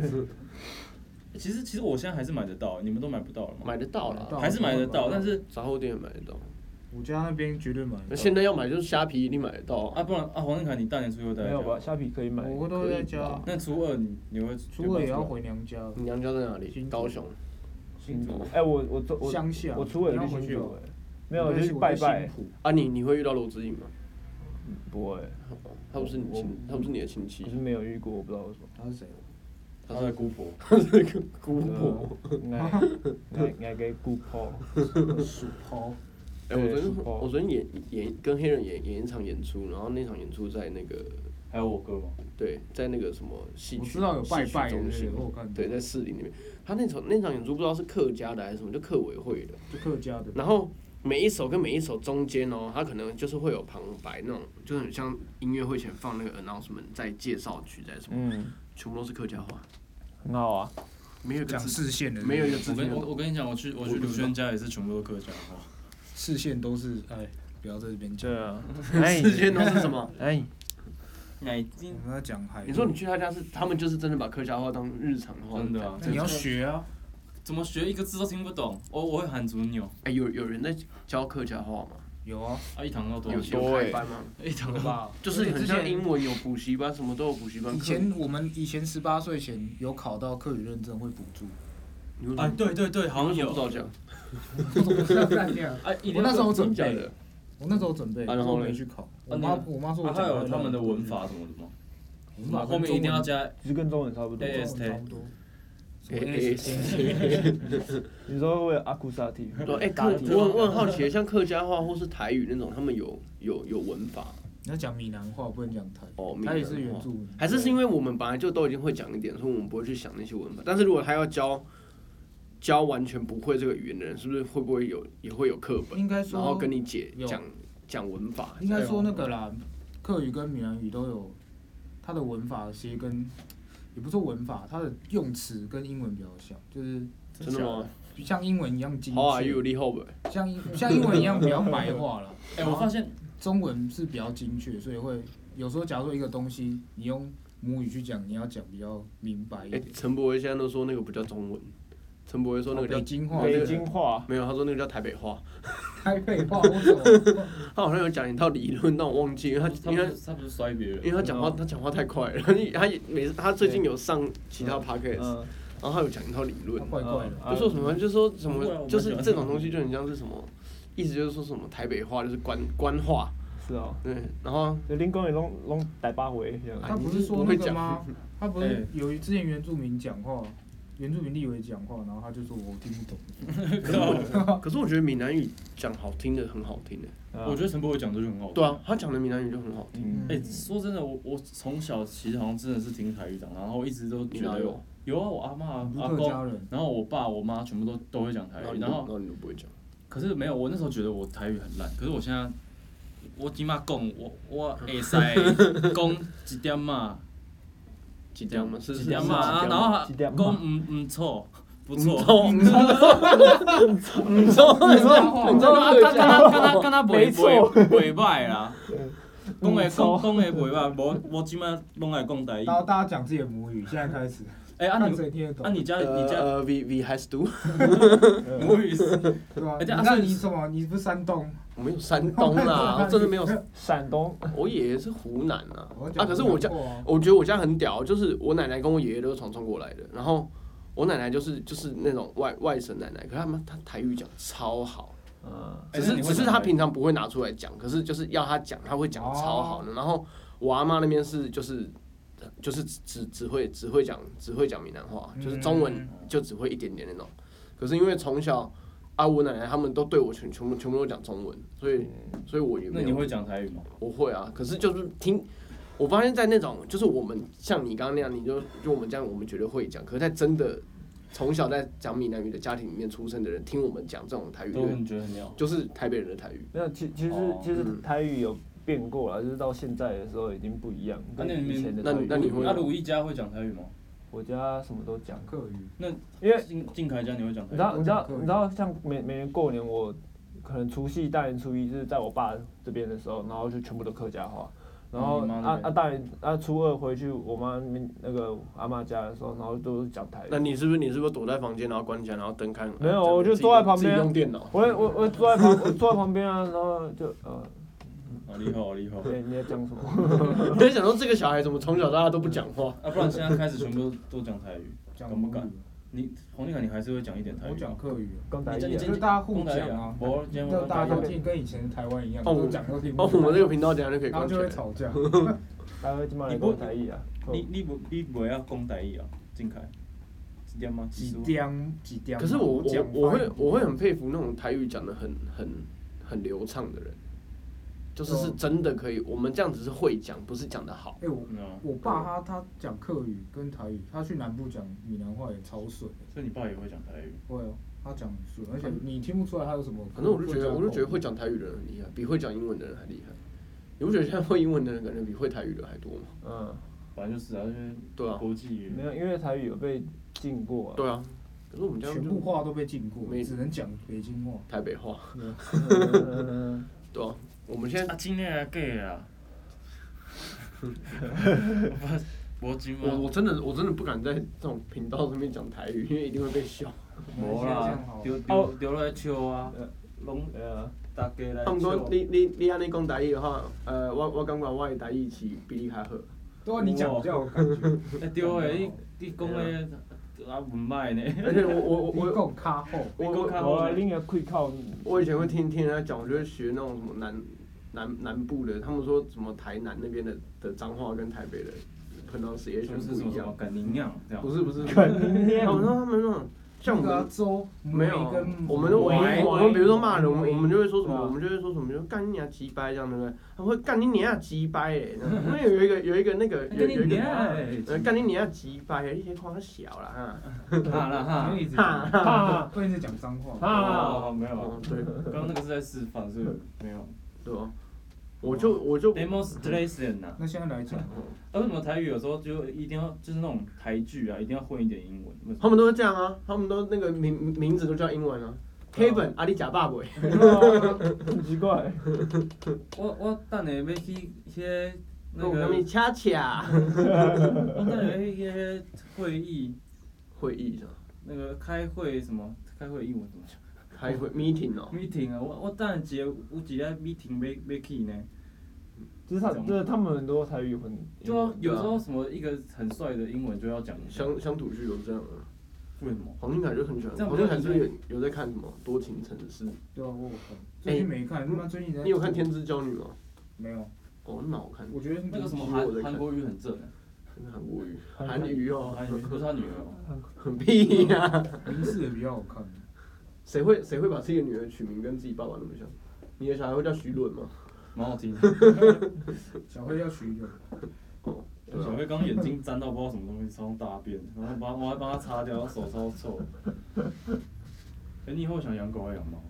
Speaker 2: 其实其实我现在还是买得到，你们都买不到了吗？
Speaker 3: 买得到
Speaker 5: 买得到
Speaker 3: 啦，
Speaker 2: 还是买得到，
Speaker 5: 买得到
Speaker 2: 但是
Speaker 3: 杂货店也买得到。
Speaker 5: 我家那边绝对买得
Speaker 3: 那
Speaker 5: 到。
Speaker 3: 现在要买就是虾皮一定买得到
Speaker 2: 啊
Speaker 3: 啊。
Speaker 2: 不然啊黄正凯你大年初一会待在
Speaker 1: 没有吧？
Speaker 2: 家，
Speaker 1: 虾皮可以买。
Speaker 5: 我都在
Speaker 3: 可以
Speaker 5: 家
Speaker 3: 吧，
Speaker 2: 那初二你你会
Speaker 5: 初二也要回娘家，
Speaker 3: 你娘家在哪
Speaker 5: 新
Speaker 3: 里？
Speaker 5: 竹
Speaker 3: 高雄。
Speaker 1: 新竹，哎，我我昨我
Speaker 5: 乡下。
Speaker 1: 我初尾
Speaker 5: 你
Speaker 1: 有
Speaker 5: 要
Speaker 1: 去
Speaker 5: 回
Speaker 1: 新
Speaker 5: 去
Speaker 1: 竹
Speaker 5: 哦，
Speaker 1: 哎，没有我就去
Speaker 5: 我
Speaker 1: 拜
Speaker 5: 在
Speaker 1: 拜
Speaker 5: 新，浦
Speaker 3: 啊，你你会遇到罗志颖吗？
Speaker 1: 嗯不会，
Speaker 3: 他不是你亲，他不是你的亲
Speaker 1: 我
Speaker 3: 戚
Speaker 1: 是，没有遇过，我不知道为什么。
Speaker 5: 他是谁？
Speaker 2: 他是在姑婆，
Speaker 3: 他是个姑婆。
Speaker 1: 呃应该应该应该给顾抛，
Speaker 5: 鼠抛。
Speaker 3: 哎，我昨
Speaker 1: 对
Speaker 3: 天
Speaker 1: 叔伯
Speaker 3: 我昨天演演跟黑人演演一场演出，然后那场演出在那个
Speaker 2: 还有我哥吗？
Speaker 3: 对，在那个什么戏
Speaker 5: 我
Speaker 3: 曲
Speaker 5: 知道有拜
Speaker 3: 戏曲
Speaker 5: 拜
Speaker 3: 中
Speaker 5: 的
Speaker 3: 心
Speaker 5: 我有看到，
Speaker 3: 对，在市里那边。他那场那场演出不知道是客家的还是什么，就客委会的。
Speaker 5: 就客家的。
Speaker 3: 然后每一首跟每一首中间哦，它可能就是会有旁白那种，就很像音乐会前放那个 announcement 在介绍曲在什么，
Speaker 1: 嗯，
Speaker 3: 全部都是客家话，
Speaker 1: 很好啊。
Speaker 3: 没有一个
Speaker 5: 讲
Speaker 3: 字，
Speaker 5: 视线的，
Speaker 3: 没有一个字
Speaker 2: 我
Speaker 3: 听
Speaker 2: 跟
Speaker 3: 得
Speaker 2: 我
Speaker 3: 懂。
Speaker 2: 我跟你讲，我去我去
Speaker 3: 我不知道
Speaker 2: 刘轩家也是全部都客家话。
Speaker 5: 视线都是哎，不要在这边讲。
Speaker 1: 对啊，哎
Speaker 3: 之间都是什么？
Speaker 1: 哎，
Speaker 2: 奶
Speaker 5: 我
Speaker 2: 精
Speaker 5: 们要讲海。
Speaker 3: 你说你去他家是他们就是真的把客家话当日常话，
Speaker 2: 真的啊
Speaker 5: 那你要学啊，
Speaker 2: 怎么学一个字都听不懂？我我会喊足牛
Speaker 3: 哎，有有人在教客家话吗？
Speaker 5: 有啊，
Speaker 2: 啊，一堂要多
Speaker 3: 有
Speaker 2: 少
Speaker 1: 些
Speaker 2: 钱？
Speaker 3: 有
Speaker 1: 多
Speaker 3: 开
Speaker 1: 欸
Speaker 3: 班吗？
Speaker 2: 一堂
Speaker 5: 有
Speaker 2: 要
Speaker 5: 吧？
Speaker 3: 就是
Speaker 5: 而且
Speaker 3: 很
Speaker 5: 之
Speaker 3: 像英
Speaker 5: 前
Speaker 3: 文有补习班，什么都有补习班。
Speaker 5: 以
Speaker 3: 客
Speaker 5: 前我们以前十八岁前有考到课语认证会补助，
Speaker 3: 你为什
Speaker 2: 啊
Speaker 3: 么，
Speaker 2: 对对对，好像
Speaker 3: 嗯你为什么
Speaker 2: 有
Speaker 3: 不早讲，
Speaker 5: 我是要干掉。
Speaker 2: 啊，一定
Speaker 5: 我那时候准
Speaker 3: 真假
Speaker 5: 备，
Speaker 3: 的？
Speaker 5: 我那时候准备，
Speaker 3: 啊然
Speaker 5: 然
Speaker 3: 后
Speaker 5: 后
Speaker 3: 嘞
Speaker 5: 没去考。我
Speaker 2: 你
Speaker 5: 妈我妈说我
Speaker 2: 啊，还
Speaker 5: 讲
Speaker 2: 有
Speaker 5: 不
Speaker 2: 他
Speaker 5: 到
Speaker 2: 们的文法什么的吗？
Speaker 5: 文法跟
Speaker 2: 后面一定要加
Speaker 1: 其实跟中文差不多。
Speaker 2: 哎
Speaker 5: 中文差不多。什么
Speaker 3: A
Speaker 5: S
Speaker 3: S。
Speaker 1: 你说会有阿库萨提？
Speaker 3: 对，哎，
Speaker 2: 打
Speaker 3: 客
Speaker 2: 得
Speaker 3: 我很我很好奇，像客家话或是台语那种，他们有有有文法吗
Speaker 5: 你要讲闽南话，不能讲台。
Speaker 3: 哦，闽南
Speaker 5: 台
Speaker 3: 话
Speaker 5: 语是原住民，
Speaker 3: 还是是因为我们本来就都已经会讲一点，所以我们不会去想那些文法。但是如果他要教教完全不会这个语言的人，是不是会不会有也会有课本，
Speaker 5: 应该
Speaker 3: 然后
Speaker 5: 说
Speaker 3: 跟你解
Speaker 5: 有
Speaker 3: 讲讲文法？
Speaker 5: 应该说那个啦，客语跟闽南语都有它的文法，其实跟也不说文法，它的用词跟英文比较像，就是
Speaker 3: 真的吗
Speaker 5: 像英文一样精
Speaker 3: ？How are you？
Speaker 5: 确，
Speaker 3: 你好呗。
Speaker 5: 像英像英文一样比较白话了。
Speaker 2: 哎，我发现
Speaker 5: 中文是比较精确，所以会有时候，假如说一个东西你用母语去讲，你要讲比较明白一
Speaker 3: 哎
Speaker 5: 点。，
Speaker 3: 陈柏威现在都说那个不叫中文，陈柏威说那个
Speaker 5: 北
Speaker 3: 叫
Speaker 5: 京话、
Speaker 1: 北京话，
Speaker 3: 没有，他说那个叫台北话。
Speaker 5: 台北话，为什么？
Speaker 3: 他好像有讲一套理论，但我忘记，因为他
Speaker 2: 他
Speaker 3: 因为
Speaker 2: 们他不是摔别
Speaker 3: 因为
Speaker 2: 人，
Speaker 3: 他讲话他讲话太快了， 他也每次他最近有上其他 podcast，
Speaker 1: 嗯，啊
Speaker 3: 然后他有讲一套理论。
Speaker 5: 怪怪的。
Speaker 3: 就说什么，就说什么，
Speaker 2: 嗯
Speaker 3: 就是这种东西就很像是什么，意思就是说什么台北话就是官官话，
Speaker 1: 是哦，
Speaker 3: 对，然后
Speaker 1: 就林公也弄弄台八回这
Speaker 5: 他
Speaker 1: 样。
Speaker 5: 不是说那个吗？他不是有一之前原住民讲话，原住民立委讲话，然后他就说我听不懂。
Speaker 3: 可是我觉得闽南语讲好听的很好听的，
Speaker 2: 我觉得陈柏伟讲的就很好。
Speaker 3: 对啊，他讲的闽南语就很好听，
Speaker 1: 嗯，
Speaker 2: 哎，说真的，我我从小其实好像真的是听台语长大，然后一直都
Speaker 3: 你
Speaker 2: 觉
Speaker 3: 哪
Speaker 2: 得
Speaker 3: 有？
Speaker 2: 有啊，我阿
Speaker 5: 你
Speaker 2: 嬷
Speaker 5: 不
Speaker 2: 阿
Speaker 5: 是客
Speaker 2: 公，
Speaker 5: 家人，
Speaker 2: 然后我爸我妈全部都都会讲台
Speaker 3: 然后
Speaker 2: 语，
Speaker 3: 你都
Speaker 2: 然后
Speaker 3: 然后你都不会讲，
Speaker 2: 可是没有，我那时候觉得我台语很烂，可是我现在我起码讲我我会使 讲一点嘛，
Speaker 3: 几点嘛？是
Speaker 2: 一
Speaker 3: 是
Speaker 2: 点嘛啊，然后还
Speaker 1: 一点
Speaker 2: 讲
Speaker 1: 嘛
Speaker 2: 唔唔错，不错。
Speaker 3: 你知道你知道你知道你知道
Speaker 2: 啊，
Speaker 3: 客
Speaker 2: 敢
Speaker 3: 家
Speaker 2: 敢敢敢敢
Speaker 1: 没
Speaker 2: 袂
Speaker 1: 错
Speaker 2: 袂袂歹 啦，讲的
Speaker 1: 嗯错
Speaker 2: 讲讲的袂歹，无无即摆拢爱讲台语
Speaker 5: 然。后大家讲自己的母语，现在开始，
Speaker 2: 哎，啊
Speaker 5: 看
Speaker 2: 你
Speaker 5: 谁听得懂
Speaker 2: 啊？你家
Speaker 3: 呃
Speaker 2: 你家
Speaker 3: 呃，we we has to，
Speaker 2: 母语是
Speaker 1: 呃
Speaker 5: 对吧？
Speaker 2: 哎对啊
Speaker 5: 那
Speaker 2: 所以
Speaker 5: 你什么？你不是山东？
Speaker 3: 我们有山东啦，我真的没有，
Speaker 1: 山东
Speaker 3: 我爷爷是湖南啊
Speaker 5: 我，
Speaker 3: 啊，
Speaker 5: 讲
Speaker 3: 可是我家
Speaker 5: 不错啊
Speaker 3: 我觉得我家很屌，就是我奶奶跟我爷爷都是从中国来的，然后我奶奶就是就是那种外外省奶奶，可是他们她台语讲超好，
Speaker 1: 嗯，
Speaker 3: 只
Speaker 2: 哎那
Speaker 3: 是
Speaker 2: 你会
Speaker 3: 只是
Speaker 2: 讲
Speaker 3: 她
Speaker 2: 台语
Speaker 3: 平常不会拿出来讲，可是就是要她讲，她会讲超好
Speaker 2: 哦
Speaker 3: 的。然后我阿妈那边是就是就是只只只会只会讲只会讲闽南话，就是中文
Speaker 5: 嗯
Speaker 3: 就只会一点点那种。可是因为从小啊，我奶奶他们都对我全全部全部都讲中文，所以所以我也
Speaker 2: 嗯那
Speaker 3: 没
Speaker 2: 你
Speaker 3: 有
Speaker 2: 会讲台语吗？
Speaker 3: 我会啊，可是就是听，我发现在那种就是我们像你刚刚那样，你就就我们这样，我们绝对会讲。可是在真的从小在讲闽南语的家庭里面出生的人，听我们讲这种台语，
Speaker 2: 都很觉得很鸟。
Speaker 3: 就是台北人的台语。
Speaker 1: 没有，其其实
Speaker 2: 哦
Speaker 1: 其实
Speaker 3: 嗯
Speaker 1: 台语有变过了，就是到现在的时候已经不一样，
Speaker 2: 啊那
Speaker 1: 跟
Speaker 2: 你们
Speaker 1: 以前的
Speaker 3: 那
Speaker 1: 台语。
Speaker 3: 那你会
Speaker 2: 那如果一家会讲台语吗？
Speaker 1: 我家什么都讲，
Speaker 5: 客语，
Speaker 1: 因为
Speaker 2: 静静凯家你会讲台
Speaker 3: 哎
Speaker 1: 你知？道你
Speaker 2: 语
Speaker 1: 知道
Speaker 5: 客语
Speaker 1: 你知道像每每年过年我可能除夕大年初一就是在我爸这边的时候，然后就全部都客家话。然后
Speaker 2: 嗯你妈那
Speaker 1: 啊
Speaker 2: 边
Speaker 1: 啊大年啊初二回去我妈那边那个阿妈家的时候，然后都是讲台语。
Speaker 3: 那你是不是你是不是躲在房间，然后关起来，然后灯开？
Speaker 1: 没有
Speaker 3: 呃
Speaker 1: 我就
Speaker 3: 自己
Speaker 1: 坐在旁边
Speaker 3: 自己用电脑。
Speaker 1: 我我我坐在旁我坐在旁边啊，然后就呃， 哎
Speaker 2: 好厉害，哦好厉害！
Speaker 1: 你你在讲什么？
Speaker 3: 你在想说这个小孩怎么从小到大都不讲话？
Speaker 2: 啊，不然现在开始全部都都讲台语。
Speaker 5: 讲
Speaker 2: 敢不
Speaker 5: 母
Speaker 2: 敢
Speaker 5: 语
Speaker 2: 你黄俊凯，你还是会讲一点台语
Speaker 5: 我
Speaker 2: 吗？
Speaker 5: 讲客语啊，
Speaker 1: 刚才
Speaker 2: 你这
Speaker 1: 一
Speaker 2: 你
Speaker 1: 样
Speaker 2: 这
Speaker 5: 就是大家互讲啊
Speaker 2: 啊，我今天
Speaker 5: 就
Speaker 2: 我
Speaker 5: 大家都
Speaker 2: 讲
Speaker 5: 听跟以前台湾一样，
Speaker 3: 哦我
Speaker 5: 都讲都听不
Speaker 3: 哦，
Speaker 5: 懂
Speaker 3: 我们这个频道等一下就可以
Speaker 5: 然
Speaker 3: 关
Speaker 5: 后
Speaker 3: 起
Speaker 5: 就
Speaker 3: 来。
Speaker 5: 会吵架。
Speaker 1: 大概今晚来
Speaker 2: 你不
Speaker 1: 讲台语啊。
Speaker 2: 你你不你不要讲台语啊，静凯，几点吗？
Speaker 5: 几
Speaker 2: 十五
Speaker 5: 点几点？
Speaker 3: 可是我我
Speaker 5: 讲
Speaker 3: 我会
Speaker 5: 法语
Speaker 3: 我会很佩服那种台语讲的很很很流畅的人，就是是真的可以。我们这样只是会讲，不是讲的好。
Speaker 5: 哎我
Speaker 2: 嗯啊
Speaker 5: 我爸他他讲客语跟台语，他去南部讲闽南话也超顺的，
Speaker 2: 所以你爸也会讲台语。
Speaker 5: 会哦，他讲很顺，而且你听不出来他有什么。
Speaker 3: 反正我就觉得，我就觉得会
Speaker 5: 讲。
Speaker 3: 讲台语的人很厉害，比会讲英文的人还厉害。你不觉得现在会英文的人感觉比会台语的还多吗？
Speaker 1: 嗯，
Speaker 2: 反正就是啊，就是
Speaker 3: 对啊
Speaker 2: 国际语
Speaker 1: 没。有，因为台语有被禁过啊。
Speaker 3: 对啊，可是我们这样
Speaker 5: 全部
Speaker 3: 就
Speaker 5: 话都被禁过，
Speaker 3: 没
Speaker 5: 只能讲北京话。
Speaker 3: 台北话，
Speaker 1: 嗯
Speaker 3: 对啊，我们现在
Speaker 2: 啊，今天来 gay 啊！ 我金吗？
Speaker 3: 我我真的我真的不敢在这种频道上面讲台语，因为一定会被笑。
Speaker 2: 啊无
Speaker 5: 这
Speaker 2: 啦
Speaker 5: 样好，
Speaker 2: 丢
Speaker 1: 哦
Speaker 2: 丢丢来笑啊，拢
Speaker 1: 对啊，
Speaker 2: 大家来
Speaker 3: 他们
Speaker 2: 笑
Speaker 3: 说。你你你安尼讲台语的话，呃，我我感觉我的台语是比你 还好。
Speaker 5: 对啊，你讲比较有 感觉。哦
Speaker 2: 哎对诶，你你讲诶啊唔歹呢。
Speaker 3: 而且我我我
Speaker 5: 你
Speaker 3: 我
Speaker 5: 够卡后，
Speaker 2: 你
Speaker 3: 我
Speaker 2: 讲
Speaker 3: 我
Speaker 2: 较
Speaker 1: 我
Speaker 2: 好
Speaker 1: 来
Speaker 2: 咧。
Speaker 1: 另一个可以靠你。
Speaker 3: 我以前会听听人家讲，我就会学那种什么南南南部的，他们说什么台南那边的的脏话跟台北的 pronunciation
Speaker 2: 就是什
Speaker 3: 不一
Speaker 2: 么什么
Speaker 3: 样。
Speaker 2: 干你娘这样
Speaker 3: 不。是不是，他们说他们那种像我
Speaker 5: 那
Speaker 2: 啊
Speaker 5: 个
Speaker 3: 们
Speaker 5: 州
Speaker 3: 没有啊
Speaker 5: 跟，
Speaker 3: 我们都我们
Speaker 2: 喂
Speaker 3: 我们比如说骂人，我 们我们就会说什
Speaker 5: 对
Speaker 2: 嗯
Speaker 3: 么，
Speaker 5: 啊
Speaker 3: 我们就会说什么，就干你娘鸡掰这样，对不对？他们会干你娘鸡掰哎，这样那有一 个有一个那个有
Speaker 2: 干你
Speaker 3: 有一个
Speaker 2: 娘欸！
Speaker 3: 呃干你娘鸡掰，一些话小啦哈。
Speaker 2: 哈啦 哈。
Speaker 5: 一直讲
Speaker 1: 哈
Speaker 5: 不能一直讲脏话。
Speaker 2: 啊，
Speaker 1: 哈，
Speaker 2: 没有
Speaker 3: 哦，对
Speaker 2: 刚刚那个是在示范，所以没有。
Speaker 3: 对吧？我就我就
Speaker 2: demonstration 啊，
Speaker 5: 那现在来讲，
Speaker 2: 啊为什么台语有时候就一定要就是那种台剧啊，一定要混一点英文？为什
Speaker 3: 他们都是这样啊，他们都那个名名字都叫英文啊。
Speaker 2: 对啊
Speaker 3: Kevin 阿里假爸爸，
Speaker 1: 很奇怪。
Speaker 2: 么？我我等下要去迄个那
Speaker 3: 我们他们
Speaker 2: 个，
Speaker 3: 恰恰
Speaker 2: 我等下要去迄个会议，
Speaker 3: 会议上
Speaker 2: 那个开会什么？开会英文怎么讲
Speaker 3: 开会 meeting 哦，
Speaker 2: ？meeting 啊，我我等下一个有一个 meeting 要要去呢。
Speaker 1: 就是他，就是他们很多台语混。
Speaker 2: 就啊有时候什么一个很帅的英文就要讲一下，
Speaker 3: 乡乡土剧有这样啊。
Speaker 2: 为什么？
Speaker 3: 黄俊凯就很喜
Speaker 2: 这
Speaker 3: 欢，黄
Speaker 2: 样不
Speaker 3: 俊
Speaker 2: 就
Speaker 3: 凯是不是有有在看什么《多情城市》？
Speaker 5: 对啊，我有看最近没看，他妈最近在。
Speaker 3: 哎你有看《天之娇女》吗？
Speaker 5: 没有？
Speaker 3: 哦，那好看，
Speaker 5: 我觉得
Speaker 2: 那个什么
Speaker 3: 我在看
Speaker 2: 韩韩国语很正欸，
Speaker 3: 真的韩国语、
Speaker 1: 韩
Speaker 3: 韩语
Speaker 2: 哦
Speaker 3: 哦，
Speaker 2: 韩语不是他女儿哦。
Speaker 3: 很屁呀！
Speaker 5: 民视的比较好看。
Speaker 3: 谁会谁会把自己的女儿取名跟自己爸爸那么像？你的小孩会叫徐伦吗？
Speaker 2: 蛮好听的。
Speaker 5: 小黑要取一个，
Speaker 3: 哦，对
Speaker 2: 小
Speaker 3: 啊，
Speaker 2: 黑刚眼睛沾到不知道什么东西，超大便，然后帮我还帮他擦掉，他手超 臭。哎、你以后想养狗还养猫？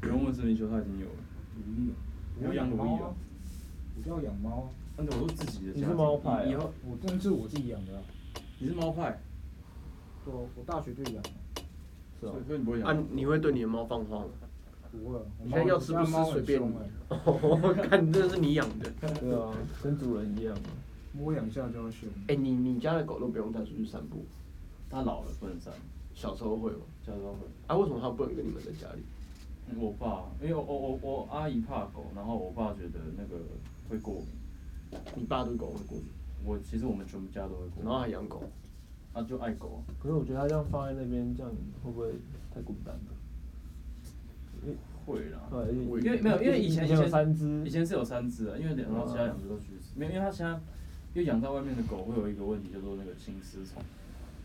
Speaker 2: 不用问森林球，他已经有了。
Speaker 5: 努
Speaker 2: 嗯
Speaker 5: 力啊！
Speaker 2: 你要养奴役啊！
Speaker 5: 我要养猫啊！
Speaker 2: 但是我说自己的家庭。
Speaker 1: 你是猫派啊
Speaker 2: 以后
Speaker 5: 我真的是我自己养的啊。
Speaker 2: 你是猫派，
Speaker 5: 对啊，我大学就养了。
Speaker 1: 是哦
Speaker 2: 所以所以你不会养。
Speaker 3: 啊，你会对你的猫放话吗？
Speaker 5: 不会啊，我
Speaker 3: 你
Speaker 5: 猫
Speaker 3: 现在要吃
Speaker 5: 我
Speaker 3: 不
Speaker 5: 家猫
Speaker 3: 吃随
Speaker 5: 很
Speaker 3: 便
Speaker 5: 凶
Speaker 3: 你
Speaker 5: 哎。
Speaker 3: 哦，看，这是你养的。
Speaker 1: 对啊，跟主人一样啊。
Speaker 5: 摸两下就要凶。
Speaker 3: 哎、你你家的狗都不用带出去散步，
Speaker 2: 他老了不能散，
Speaker 3: 小时候会吗？
Speaker 2: 小时候会。
Speaker 3: 啊，为什么它不能跟你们在家里？
Speaker 2: 我爸，因为我我我我阿姨怕狗，然后我爸觉得那个会过敏。
Speaker 3: 你爸对狗会过敏，
Speaker 2: 我其实我们全部家都会过敏，
Speaker 3: 然后还养狗，
Speaker 2: 他就爱狗啊。
Speaker 1: 可是我觉得他这样放在那边，这样会不会太孤单了？
Speaker 2: 会啦。
Speaker 1: 对，
Speaker 3: 我
Speaker 2: 因为没有，因为以前以
Speaker 1: 有
Speaker 2: 前
Speaker 1: 三只
Speaker 2: 以，前是有三只啊的，因为两然后其他两只都去世，没有，因为它现在因为养在外面的狗会有一个问题，叫做那个心丝虫。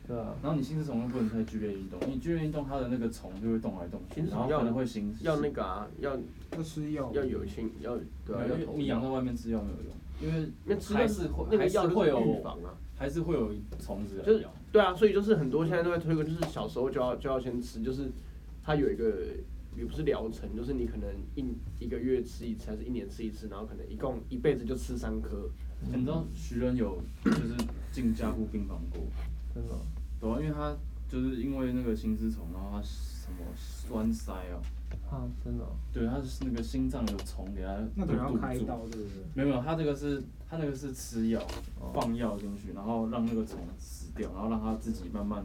Speaker 1: 对啊，
Speaker 2: 然后你心丝虫又不能太剧烈运动，因为剧烈运动它的那个虫就会动来动去，
Speaker 3: 心丝
Speaker 2: 然
Speaker 3: 虫
Speaker 2: 后
Speaker 3: 要
Speaker 2: 可能会心
Speaker 3: 要那个啊，要
Speaker 5: 要吃药。
Speaker 3: 要有心，要对啊，
Speaker 2: 没有
Speaker 3: 要
Speaker 2: 因为
Speaker 3: 投
Speaker 2: 你养在外面吃药没有用，因为
Speaker 3: 那吃药
Speaker 2: 还是会
Speaker 3: 那个
Speaker 2: 还是
Speaker 3: 药就是
Speaker 2: 会有
Speaker 3: 预防啊，
Speaker 2: 还是会有虫子来
Speaker 3: 就是
Speaker 2: 咬。
Speaker 3: 对啊，所以就是很多现在都在推广，就是小时候就要就要先吃，就是它有一个也不是疗程，就是你可能一一个月吃一次，还是一年吃一次，然后可能一共一辈子就吃三颗。
Speaker 2: 你知道徐仁有就是进加护病房过，
Speaker 1: 真的。
Speaker 2: 对啊，因为他就是因为那个心丝虫，然后他什么栓塞哦，
Speaker 1: 啊，真的哦、
Speaker 2: 对，他是那个心脏有虫给他
Speaker 5: 那可能要
Speaker 2: 堵
Speaker 5: 开
Speaker 2: 住
Speaker 5: 刀，对不对？
Speaker 2: 没有没有，他这个是他那个是吃药
Speaker 1: 哦，
Speaker 2: 放药进去，然后让那个虫死掉，然后让它自己慢慢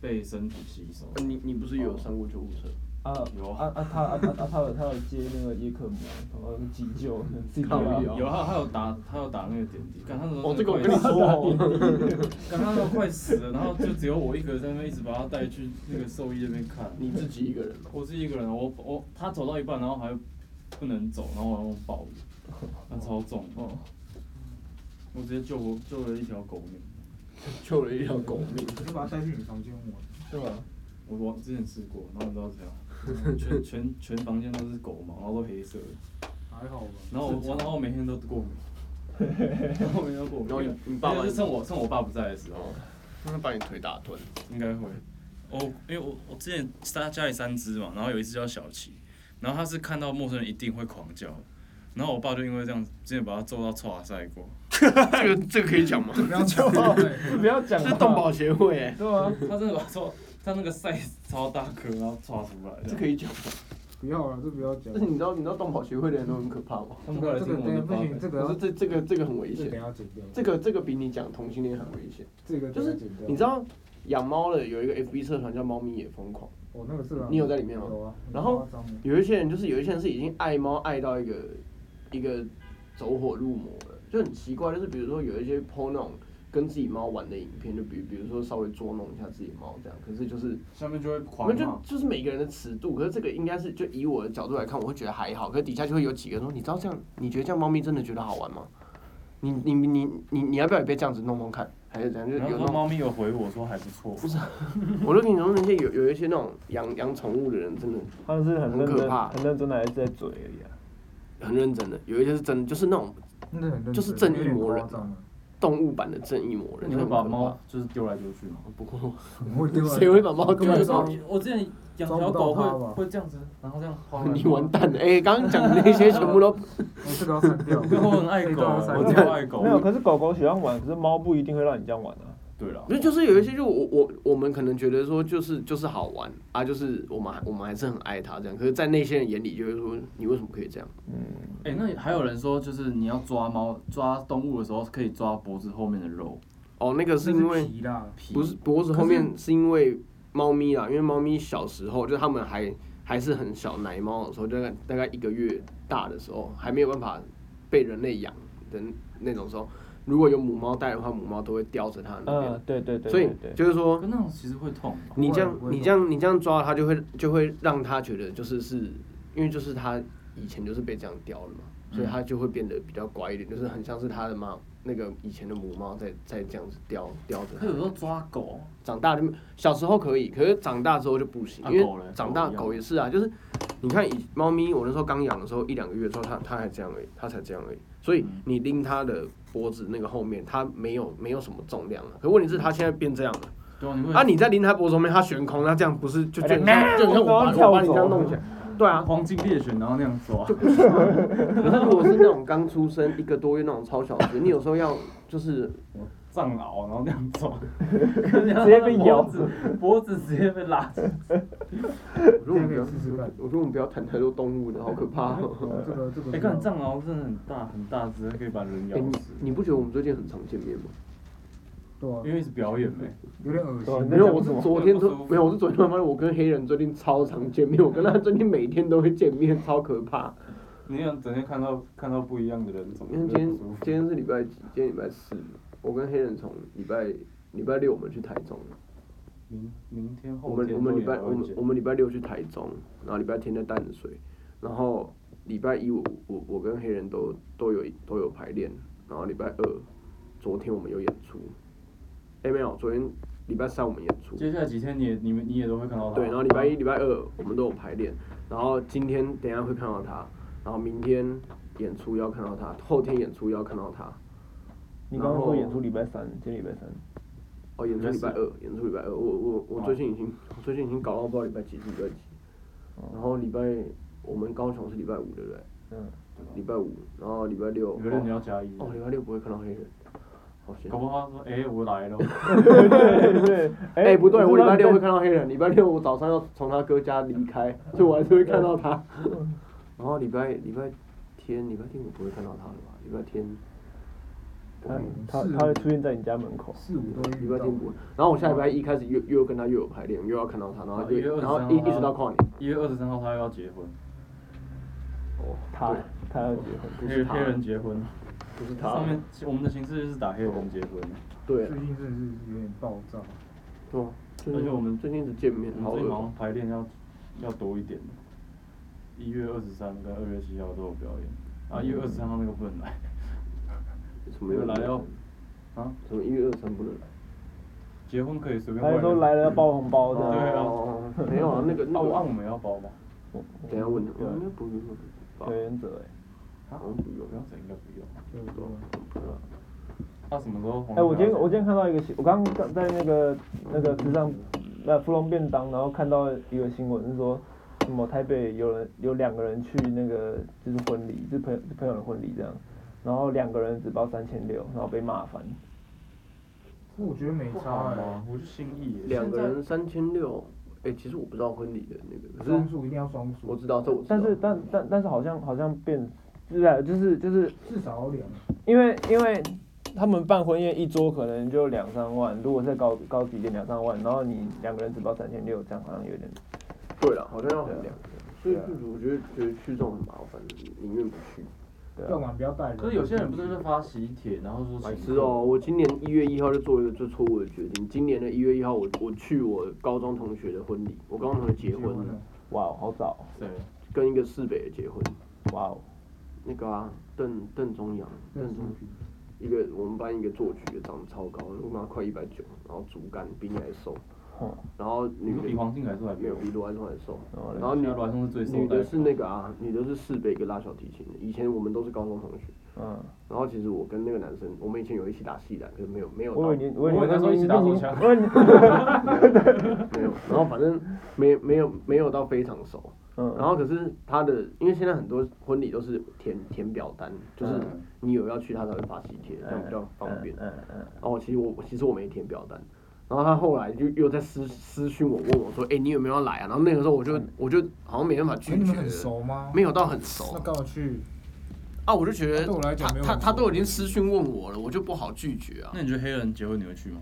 Speaker 2: 被身体吸收。
Speaker 3: 你你不是有上过救护车？
Speaker 1: 啊
Speaker 2: 有
Speaker 1: 啊啊他啊啊他有他有接那个叶克膜，然后急救，自己
Speaker 2: 有啊
Speaker 1: 疗
Speaker 2: 有，他他有打他有打那个点滴，看他那时候
Speaker 3: 哦，这个我
Speaker 2: 快
Speaker 3: 跟你
Speaker 2: 死
Speaker 3: 说哦，
Speaker 2: 干他那时候快死了，然后就只有我一个人在那边一直把他带去那个兽医那边看。
Speaker 3: 你自己一个人哦，
Speaker 2: 我是一个人，我我他走到一半，然后还不能走，然后我还用抱着，那超重，
Speaker 1: 哦，
Speaker 2: 我直接救活救了一条狗命。
Speaker 3: 救了一条狗命。
Speaker 5: 你就把它带去你房间玩。
Speaker 1: 对吧？
Speaker 2: 我我之前试过，然后你知 道怎样，全全全房间都是狗毛，然后都黑色的，
Speaker 5: 还好吧。
Speaker 2: 然后我我然后我每天都过 敏，然后每天都过敏。
Speaker 3: 然后你你爸妈哦
Speaker 2: 就是趁我趁我爸不在的时候，
Speaker 3: 那把你腿打断。
Speaker 2: 应该会。我哦因为我我之前家家里三只嘛，然后有一只叫小琪，然后它是看到陌生人一定会狂叫，然后我爸就因为这样，之前把它揍到挫赛过。
Speaker 3: 这个这个可以讲吗？
Speaker 5: 不要叫我，
Speaker 1: 不要讲
Speaker 3: 这
Speaker 1: 了
Speaker 3: 是动保协会哎，
Speaker 1: 对啊，
Speaker 2: 他真的把抽，他那个 size 超大颗，然后抓出来
Speaker 3: 这
Speaker 2: 的。
Speaker 3: 可以讲吗。
Speaker 5: 不要啊了，这不要讲
Speaker 3: 但。是你知道你知道动保协会的人都很可怕吗？
Speaker 2: 他
Speaker 5: 这
Speaker 2: 们过
Speaker 5: 个
Speaker 2: 来
Speaker 5: 这个
Speaker 2: 听我
Speaker 5: 等
Speaker 2: 的
Speaker 5: 下不
Speaker 2: 八
Speaker 5: 行，
Speaker 2: 百。
Speaker 5: 这
Speaker 3: 这
Speaker 5: 个要
Speaker 3: 这这个这个很危
Speaker 5: 这个
Speaker 3: 险
Speaker 5: 等。下剪掉。
Speaker 3: 这个这个比你讲同性恋很危险，
Speaker 5: 这个
Speaker 3: 就
Speaker 5: 等下
Speaker 3: 是
Speaker 5: 剪掉。
Speaker 3: 你知道养猫的有一个 FB 社团叫“猫咪也疯狂
Speaker 5: 我那个是啊。
Speaker 3: 你有在里面吗
Speaker 5: 有啊。很
Speaker 3: 然后
Speaker 5: 夸张的”，
Speaker 3: 有一些人就是有一些人是已经爱猫爱到一个一个走火入魔了，就很奇怪，就是比如说有一些 PO 那种跟自己猫玩的影片，就比比如说稍微捉弄一下自己猫这样，可是就是
Speaker 2: 下面就会
Speaker 3: 我
Speaker 2: 狂
Speaker 3: 们就
Speaker 2: 嘛。
Speaker 3: 就是每个人的尺度，可是这个应该是就以我的角度来看，我会觉得还好，可是底下就会有几个人说，你知道这样，你觉得这样猫咪真的觉得好玩吗？你你你你你要不要也被这样子弄弄看？还是怎样？就
Speaker 2: 然
Speaker 3: 有那
Speaker 2: 后说
Speaker 3: 种
Speaker 2: 猫咪有回我说还不错。不是，
Speaker 3: 我就跟你说，那些有有一些那种养养宠物的人，真的
Speaker 1: 他们是很认
Speaker 3: 很可
Speaker 1: 真
Speaker 3: 怕
Speaker 1: 很认真的还是在嘴而已啊。
Speaker 3: 很认真的，有一些是真的，就是那种
Speaker 5: 那很认真
Speaker 3: 就是正义魔人
Speaker 5: 有点夸张啊
Speaker 3: 动物版的正义魔人。
Speaker 2: 你
Speaker 3: 就
Speaker 2: 会
Speaker 3: 很
Speaker 2: 把
Speaker 3: 可
Speaker 2: 猫
Speaker 3: 怕？
Speaker 2: 就是丢来丢去吗？
Speaker 3: 不会，
Speaker 5: 我会丢啊
Speaker 3: 谁会把猫
Speaker 5: 根
Speaker 3: 丢
Speaker 5: 本
Speaker 3: 来
Speaker 5: 就
Speaker 3: 丢去？
Speaker 2: 我之前养
Speaker 5: 小狗会会
Speaker 2: 这样子，然后这 样抛
Speaker 3: 你完蛋了！哎、刚刚讲的那些全部都
Speaker 5: 我这个要删掉。
Speaker 2: 我很爱
Speaker 5: 这
Speaker 2: 狗，啊
Speaker 5: 个要删
Speaker 2: 我
Speaker 5: 掉
Speaker 2: 超爱狗
Speaker 1: 没。有，可是狗狗喜欢玩，可是猫不一定会让你这样玩啊。
Speaker 2: 对了
Speaker 3: 不，是，就是有一些就我我我们可能觉得说就是就是好玩啊，就是我们还我们还是很爱它这样，可是，在那些人眼里就会说你为什么可以这样？
Speaker 1: 嗯，
Speaker 2: 哎，那还有人说就是你要抓猫抓动物的时候，可以抓脖子后面的肉
Speaker 3: 哦，那个是因为
Speaker 5: 皮啦，
Speaker 2: 皮。
Speaker 3: 不是脖子后面是因为猫咪啦，因为猫咪小时候就是它们还还是很小奶猫的时候，大概大概一个月大的时候，还没有办法被人类养的那种时候，如果有母猫带的话，母猫都会叼着它的那边，
Speaker 1: 嗯，对对对
Speaker 3: 所以
Speaker 1: 对对，
Speaker 3: 就是说
Speaker 2: 可那种其实会痛吧。
Speaker 3: 你这样
Speaker 5: 不会不会
Speaker 3: 你这样你这样抓它就会就会让它觉得就是是因为就是它以前就是被这样叼了嘛，所以它就会变得比较乖一点，就是很像是它的妈那个以前的母猫在在这样子叼叼着它。
Speaker 2: 可有时候抓狗，
Speaker 3: 长大就没小时候可以，可是长大之后就不行，
Speaker 2: 啊
Speaker 3: 因为
Speaker 2: 狗嘞
Speaker 3: 长大
Speaker 2: 狗一样
Speaker 3: 狗也是啊，就是你看以猫咪，我那时候刚养的时候一两个月之后，它它还这样而已，它才这样而已，所以
Speaker 2: 嗯
Speaker 3: 你拎它的脖子那个后面，它没有没有什么重量啊，可问题是它现在变这样了，
Speaker 2: 对啊，你会
Speaker 3: 啊，你在拎它脖子后面，它悬空，那这样不是就就就就
Speaker 1: 哎
Speaker 3: 很像我把
Speaker 1: 然后跳
Speaker 3: 我把你这样
Speaker 1: 走
Speaker 3: 弄起来，对啊，
Speaker 2: 黄金猎犬，然后那样抓。
Speaker 3: 可是如果是那种刚出生一个多月那种超小只，你有时候要就是
Speaker 2: 藏獒，然后那样 抓，
Speaker 1: 直接被咬
Speaker 2: 脖子，脖子直接被拉 起来。
Speaker 3: 我觉得我们不要
Speaker 5: 这个可以，试试看。
Speaker 3: 我觉得我们不要谈太多动物的，好可怕、哦。
Speaker 5: 这个这个。
Speaker 2: 哎，看藏獒真的很大很大只，可以把人咬
Speaker 3: 哎、你
Speaker 2: 死。
Speaker 3: 你不觉得我们最近很常见面吗？
Speaker 5: 对啊
Speaker 2: 因为是表演呗。
Speaker 5: 有点恶
Speaker 1: 对
Speaker 5: 心。啊
Speaker 3: 啊没有，我是昨天
Speaker 2: 不舒
Speaker 3: 说
Speaker 2: 服
Speaker 3: 没有，我是昨天他妈的，我跟黑人最近超常见面，我跟他最近每天都会见面，超可怕。
Speaker 2: 你想整天看到看到不一样的人，怎么
Speaker 3: 因为今
Speaker 2: 会
Speaker 3: 天
Speaker 2: 不舒服？
Speaker 3: 今天是礼拜几？今天礼拜四，我跟黑人从礼拜礼拜六我们去台中，
Speaker 2: 明明天
Speaker 3: 我
Speaker 2: 后
Speaker 3: 们
Speaker 2: 天
Speaker 3: 我们
Speaker 2: 都
Speaker 3: 礼拜
Speaker 2: 有
Speaker 3: 我们
Speaker 2: 见
Speaker 3: 我们礼拜六去台中，然后礼拜天在淡水，然后礼拜一我我我跟黑人都都有都有排练，然后礼拜二昨天我们有演出，哎、没有，昨天礼拜三我们演出，
Speaker 2: 接下来几天你也你们你也都会看到他。
Speaker 3: 对，然后礼拜一、礼拜二我们都有排练，然后今天等一下会看到他，然后明天演出要看到他，后天演出要看到他，
Speaker 1: 你刚刚
Speaker 3: 然后
Speaker 1: 说演出礼拜三，今天礼拜三，
Speaker 3: 哦，演出礼拜二，演出礼拜二，我我我最近已经，我最近已经搞到不知道礼拜几是礼拜几，然后礼拜我们高雄是礼拜五对不对？
Speaker 1: 嗯，
Speaker 3: 礼拜五，然后礼拜六，
Speaker 2: 有人你要加一，
Speaker 3: 哦，礼拜六不会看到黑人，好险
Speaker 2: 搞。不好他说哎我来 了，
Speaker 1: 对对，
Speaker 3: 哎、不对，我
Speaker 1: 知
Speaker 3: 礼
Speaker 1: 道
Speaker 3: 拜
Speaker 1: 你
Speaker 3: 六会
Speaker 1: 在
Speaker 3: 看到黑人，礼拜六我早上要从他哥家离开，所以我还是会看到他。 然后礼拜礼拜天，礼拜天我不会看到他了吧？礼拜天，我
Speaker 1: 他
Speaker 3: 没
Speaker 1: 嗯他他会出现在你家门口，
Speaker 5: 四五都
Speaker 3: 礼
Speaker 5: 遇
Speaker 3: 拜
Speaker 5: 到
Speaker 3: 天不会。然后我下礼拜一开始又又跟他又有排练，又要看到他，然后
Speaker 2: 哦一月
Speaker 3: 又
Speaker 2: 二十
Speaker 3: 然
Speaker 2: 三
Speaker 3: 后一一直到跨年。
Speaker 2: 一月二十三号他又要结婚，
Speaker 3: 哦，
Speaker 1: 他他要结婚，
Speaker 3: 不
Speaker 2: 黑
Speaker 3: 是他
Speaker 2: 黑人结婚，
Speaker 3: 不是他
Speaker 2: 上，面我们的形式就是打黑人结婚，
Speaker 3: 对啊
Speaker 5: 最，近真的是有点暴躁，
Speaker 3: 对啊，最近
Speaker 2: 而且我们
Speaker 3: 最近一直见面，嗯
Speaker 2: 我
Speaker 3: 好
Speaker 2: 们最近好
Speaker 3: 恶
Speaker 2: 像排练要要多一点，一月二十三跟二月七号都有表演，啊一月二十三号那个不能来，
Speaker 3: 什么又
Speaker 2: 来哦，啊
Speaker 3: 什么一月二三不能来？
Speaker 2: 结婚可以随便
Speaker 1: 他
Speaker 2: 问
Speaker 1: 就
Speaker 2: 人，
Speaker 1: 说来了 要包红包这
Speaker 2: 对
Speaker 1: 样，
Speaker 2: 啊
Speaker 3: 哦，没有啊，那个那
Speaker 2: 啊我
Speaker 3: 个
Speaker 2: 啊我们要包吗？
Speaker 3: 等一下问他，
Speaker 1: 对
Speaker 3: 应该不用吧
Speaker 1: 有？原则哎。
Speaker 2: 啊
Speaker 3: 好像不用
Speaker 2: 不。用，这应该不用。
Speaker 5: 对不对？
Speaker 2: 他什么时候黄
Speaker 1: 哎、
Speaker 2: 标？
Speaker 1: 我今天我今天看到一个新，我刚刚在那个那个时尚呃芙蓉便当，然后看到一个新闻是说，什么台北有人有两个人去那个就是婚礼，就是朋友朋友的婚礼这样，然后两个人只包三千六，然后被骂翻。
Speaker 5: 我觉得没
Speaker 2: 不
Speaker 5: 差
Speaker 2: 好
Speaker 5: 哎
Speaker 3: 啊
Speaker 2: 吗？，我就心意耶。
Speaker 3: 两个人三千六，哎，其实我不知道婚礼的那个，可
Speaker 5: 双
Speaker 3: 是
Speaker 5: 数一定要双数，
Speaker 3: 我知道，这我知道。
Speaker 1: 但是但但但是好像好像变，啊就是就是就是
Speaker 5: 至少要两，
Speaker 1: 因为因为他们办婚宴一桌可能就两三万，如果再高高级一点两三万，然后你两个人只包三千六，这样好像有点。
Speaker 3: 对了，好像要很
Speaker 1: 对
Speaker 3: 两
Speaker 1: 啊
Speaker 3: 个，所以就是我觉得觉得去这种很麻烦，宁愿不去。
Speaker 1: 对啊
Speaker 5: 要晚不要带人。
Speaker 2: 可是有些人不是就发喜帖，然后说
Speaker 3: 白
Speaker 2: 请
Speaker 3: 痴
Speaker 2: 客
Speaker 3: 哦！，我今年一月一号就做一个最错误的决定。今年的一月一号我，我去我高中同学的婚礼，我高中同学结
Speaker 5: 结
Speaker 3: 婚
Speaker 5: 婚
Speaker 3: 了
Speaker 5: 了，，
Speaker 1: 哇哦，好早，
Speaker 2: 对，
Speaker 3: 跟一个市北的结婚，
Speaker 1: 哇哦，
Speaker 3: 那个啊，邓邓中阳，
Speaker 5: 那
Speaker 3: 邓
Speaker 5: 是
Speaker 3: 中一个我们班一个作曲的，长得超高，我妈快一百九，然后竹竿比你还瘦，
Speaker 1: 哼，
Speaker 3: 然后
Speaker 2: 你
Speaker 3: 女
Speaker 2: 说
Speaker 3: 的
Speaker 2: 比黄靖来说还
Speaker 3: 没有
Speaker 2: 比
Speaker 3: 比罗安松还瘦，
Speaker 1: 然后嘞
Speaker 3: 然后女
Speaker 2: 现在罗安松是最瘦的
Speaker 3: 女的是那个啊，女的是市北一个拉小提琴的，以前我们都是高中同学，
Speaker 1: 嗯。
Speaker 3: 然后其实我跟那个男生，我们以前有一起打戏的，可是没有没有
Speaker 1: 我
Speaker 3: 到
Speaker 1: 以为你，
Speaker 2: 我以为那时候一起打手枪
Speaker 1: 我以为你
Speaker 3: 没有，然后反正没没有没有到非常熟，
Speaker 1: 嗯，
Speaker 3: 然后可是他的，因为现在很多婚礼都是填填表单，就是
Speaker 2: 嗯
Speaker 3: 你有要去他才会发喜帖，这样比较方便。
Speaker 1: 嗯嗯
Speaker 3: 然后我其实我其实我没填表单，然后他后来就又在私私讯我问我说，哎、你有没有要来啊？然后那个时候我
Speaker 1: 嗯
Speaker 3: 就我就好像没办法
Speaker 5: 哎
Speaker 3: 拒
Speaker 5: 你
Speaker 3: 绝
Speaker 5: 们
Speaker 3: 了，
Speaker 5: 很熟吗？
Speaker 3: 没有到很熟
Speaker 5: 那干嘛去？
Speaker 3: 啊，我就觉得
Speaker 5: 对我来讲
Speaker 3: 他
Speaker 5: 没有
Speaker 3: 他
Speaker 5: 很
Speaker 3: 他
Speaker 5: 熟
Speaker 3: 都已经私讯问我了，我就不好拒绝啊。
Speaker 6: 那你觉得黑人结婚你会去吗？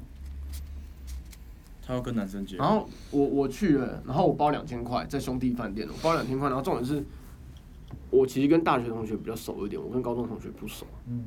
Speaker 6: 他要跟男生结婚
Speaker 3: 然，后我我去了，然后我包两千块在兄弟饭店，我包两千块，然后重点是，我其实跟大学同学比较熟一点，我跟高中同学不熟，
Speaker 5: 嗯，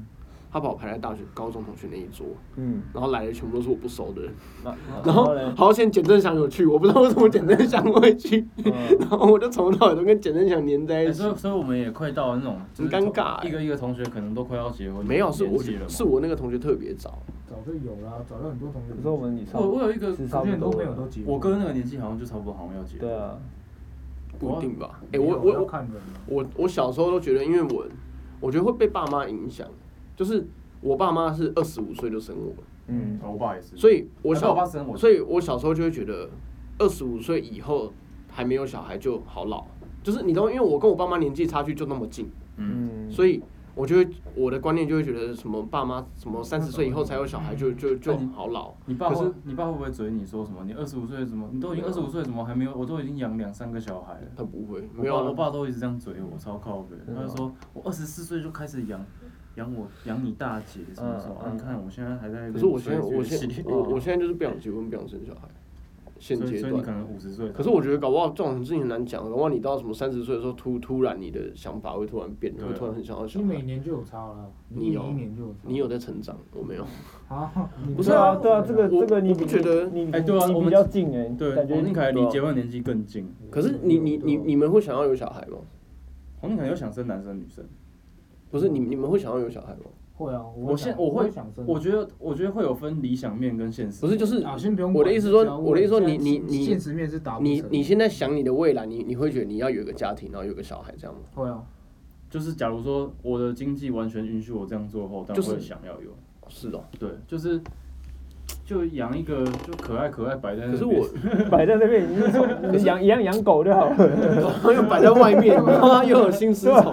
Speaker 3: 他把我排在大学高中同学那一桌，
Speaker 1: 嗯，
Speaker 3: 然后来的全部都是我不熟的人，
Speaker 1: 那
Speaker 3: 然后
Speaker 1: 嘞，
Speaker 3: 好险简正祥有去，我不知道为什么简正祥会去，
Speaker 1: 嗯
Speaker 3: 然后我就从头到尾都跟简正祥黏在
Speaker 2: 哎
Speaker 3: 一起
Speaker 2: 所，以所以我们也快到了那种就是
Speaker 3: 很尴尬哎
Speaker 2: 一个一个同学可能都快要结婚，
Speaker 3: 没有是我
Speaker 2: 年纪了嘛
Speaker 3: 是我那个同学特别早，
Speaker 5: 早就有啦，早就很多同学。
Speaker 1: 可是我们你上，
Speaker 2: 我我有一个
Speaker 1: 是差
Speaker 5: 我
Speaker 1: 不
Speaker 5: 很多
Speaker 1: 多
Speaker 5: 朋友
Speaker 1: 了
Speaker 5: 都结婚。
Speaker 2: 我哥那个年纪好像就差不多，好像要结婚。
Speaker 1: 对啊，
Speaker 3: 不一定吧？哎、
Speaker 5: 没有
Speaker 3: 我
Speaker 5: 要
Speaker 3: 我我
Speaker 5: 看人啊
Speaker 3: 我我小时候都觉得，因为我我觉得会被爸妈影响，就是我爸妈是二十五岁就生我了。
Speaker 1: 嗯，
Speaker 2: 我爸也是。
Speaker 3: 所以我
Speaker 2: 哎
Speaker 3: 小
Speaker 2: 不我爸生我
Speaker 3: 所以我小时候就会觉得，二十五岁以后还没有小孩就好老，就是你懂，因为我跟我爸妈年纪差距就那么近，
Speaker 1: 嗯，
Speaker 3: 所以我就会我的观念就会觉得什么爸妈什么三十岁以后才有小孩就就就
Speaker 2: 那你
Speaker 3: 好老，
Speaker 2: 你爸
Speaker 3: 可
Speaker 2: 会
Speaker 3: 是
Speaker 2: 你爸会不会嘴你说什么？你二十五岁怎么？你都已经二十五岁怎么还没有？我都已经养两三个小孩了。
Speaker 3: 他不会
Speaker 2: 我
Speaker 3: 没
Speaker 2: 爸
Speaker 3: 有
Speaker 2: 我
Speaker 3: 啊，
Speaker 2: 爸都一直这样嘴我，超靠北。
Speaker 1: 真的吗
Speaker 2: 他就说我二十四岁就开始养养我养你大姐什么什么、
Speaker 1: 嗯
Speaker 2: 啊，
Speaker 1: 嗯
Speaker 2: 你看我现在还在。
Speaker 3: 可是我现在我现
Speaker 2: 所
Speaker 3: 我我现在就是不想结婚，不想生小孩，现
Speaker 2: 以
Speaker 3: 阶
Speaker 2: 啊嗯所以你
Speaker 3: 段
Speaker 2: 可。能五十岁。
Speaker 3: 可是我觉得搞不好这种事情很难讲，搞不好你到什么三十岁的时候，突突然你的想法会突然变，
Speaker 2: 对啊
Speaker 3: 会突然很想要小
Speaker 5: 你每
Speaker 3: 孩。
Speaker 5: 年就有差了，
Speaker 3: 你
Speaker 5: 你
Speaker 3: 有
Speaker 5: 一年就有差。
Speaker 3: 你有在成长，我没有。
Speaker 5: 啊？你
Speaker 3: 不
Speaker 1: 不
Speaker 3: 是
Speaker 1: 是
Speaker 3: 啊
Speaker 1: 啊，对啊，这个
Speaker 3: 我
Speaker 1: 这个你
Speaker 3: 我不觉得
Speaker 1: 你
Speaker 2: 哎对啊
Speaker 1: 你
Speaker 2: 我
Speaker 1: 比
Speaker 2: 们
Speaker 1: 较近哎，
Speaker 2: 对，
Speaker 1: 感觉
Speaker 2: 黄靖凯
Speaker 3: 对
Speaker 2: 离
Speaker 3: 啊
Speaker 2: 结婚年纪更近。
Speaker 3: 可是你你
Speaker 5: 啊
Speaker 3: 你你们会想要有小孩吗？
Speaker 2: 黄靖凯有想生男生女生？
Speaker 3: 不是你你们会想要有小孩吗？
Speaker 5: 会啊？
Speaker 2: 我现
Speaker 5: 想
Speaker 2: 我
Speaker 5: 会
Speaker 2: 会
Speaker 5: 想生，
Speaker 2: 我觉得我觉得会有分理想面跟现实。
Speaker 3: 不是，就是
Speaker 5: 啊，先不用管。
Speaker 3: 我的意思说
Speaker 5: 只要问
Speaker 3: 我的意思说你
Speaker 5: 现在
Speaker 3: 你你
Speaker 5: 现实面是达不
Speaker 3: 你
Speaker 5: 成
Speaker 3: 你现在想你的未来，你你会觉得你要有一个家庭，然后有一个小孩这样吗？
Speaker 5: 会啊？
Speaker 2: 就是假如说我的经济完全允许我这样做后，但
Speaker 3: 就是
Speaker 2: 我会想要有。
Speaker 3: 是哦，
Speaker 2: 对，就是就养一个就可爱可爱摆在那边。
Speaker 3: 可是我
Speaker 1: 啊摆在那边，你就说 你养养养狗就好了。
Speaker 3: 又摆在外面，妈又有新丝虫。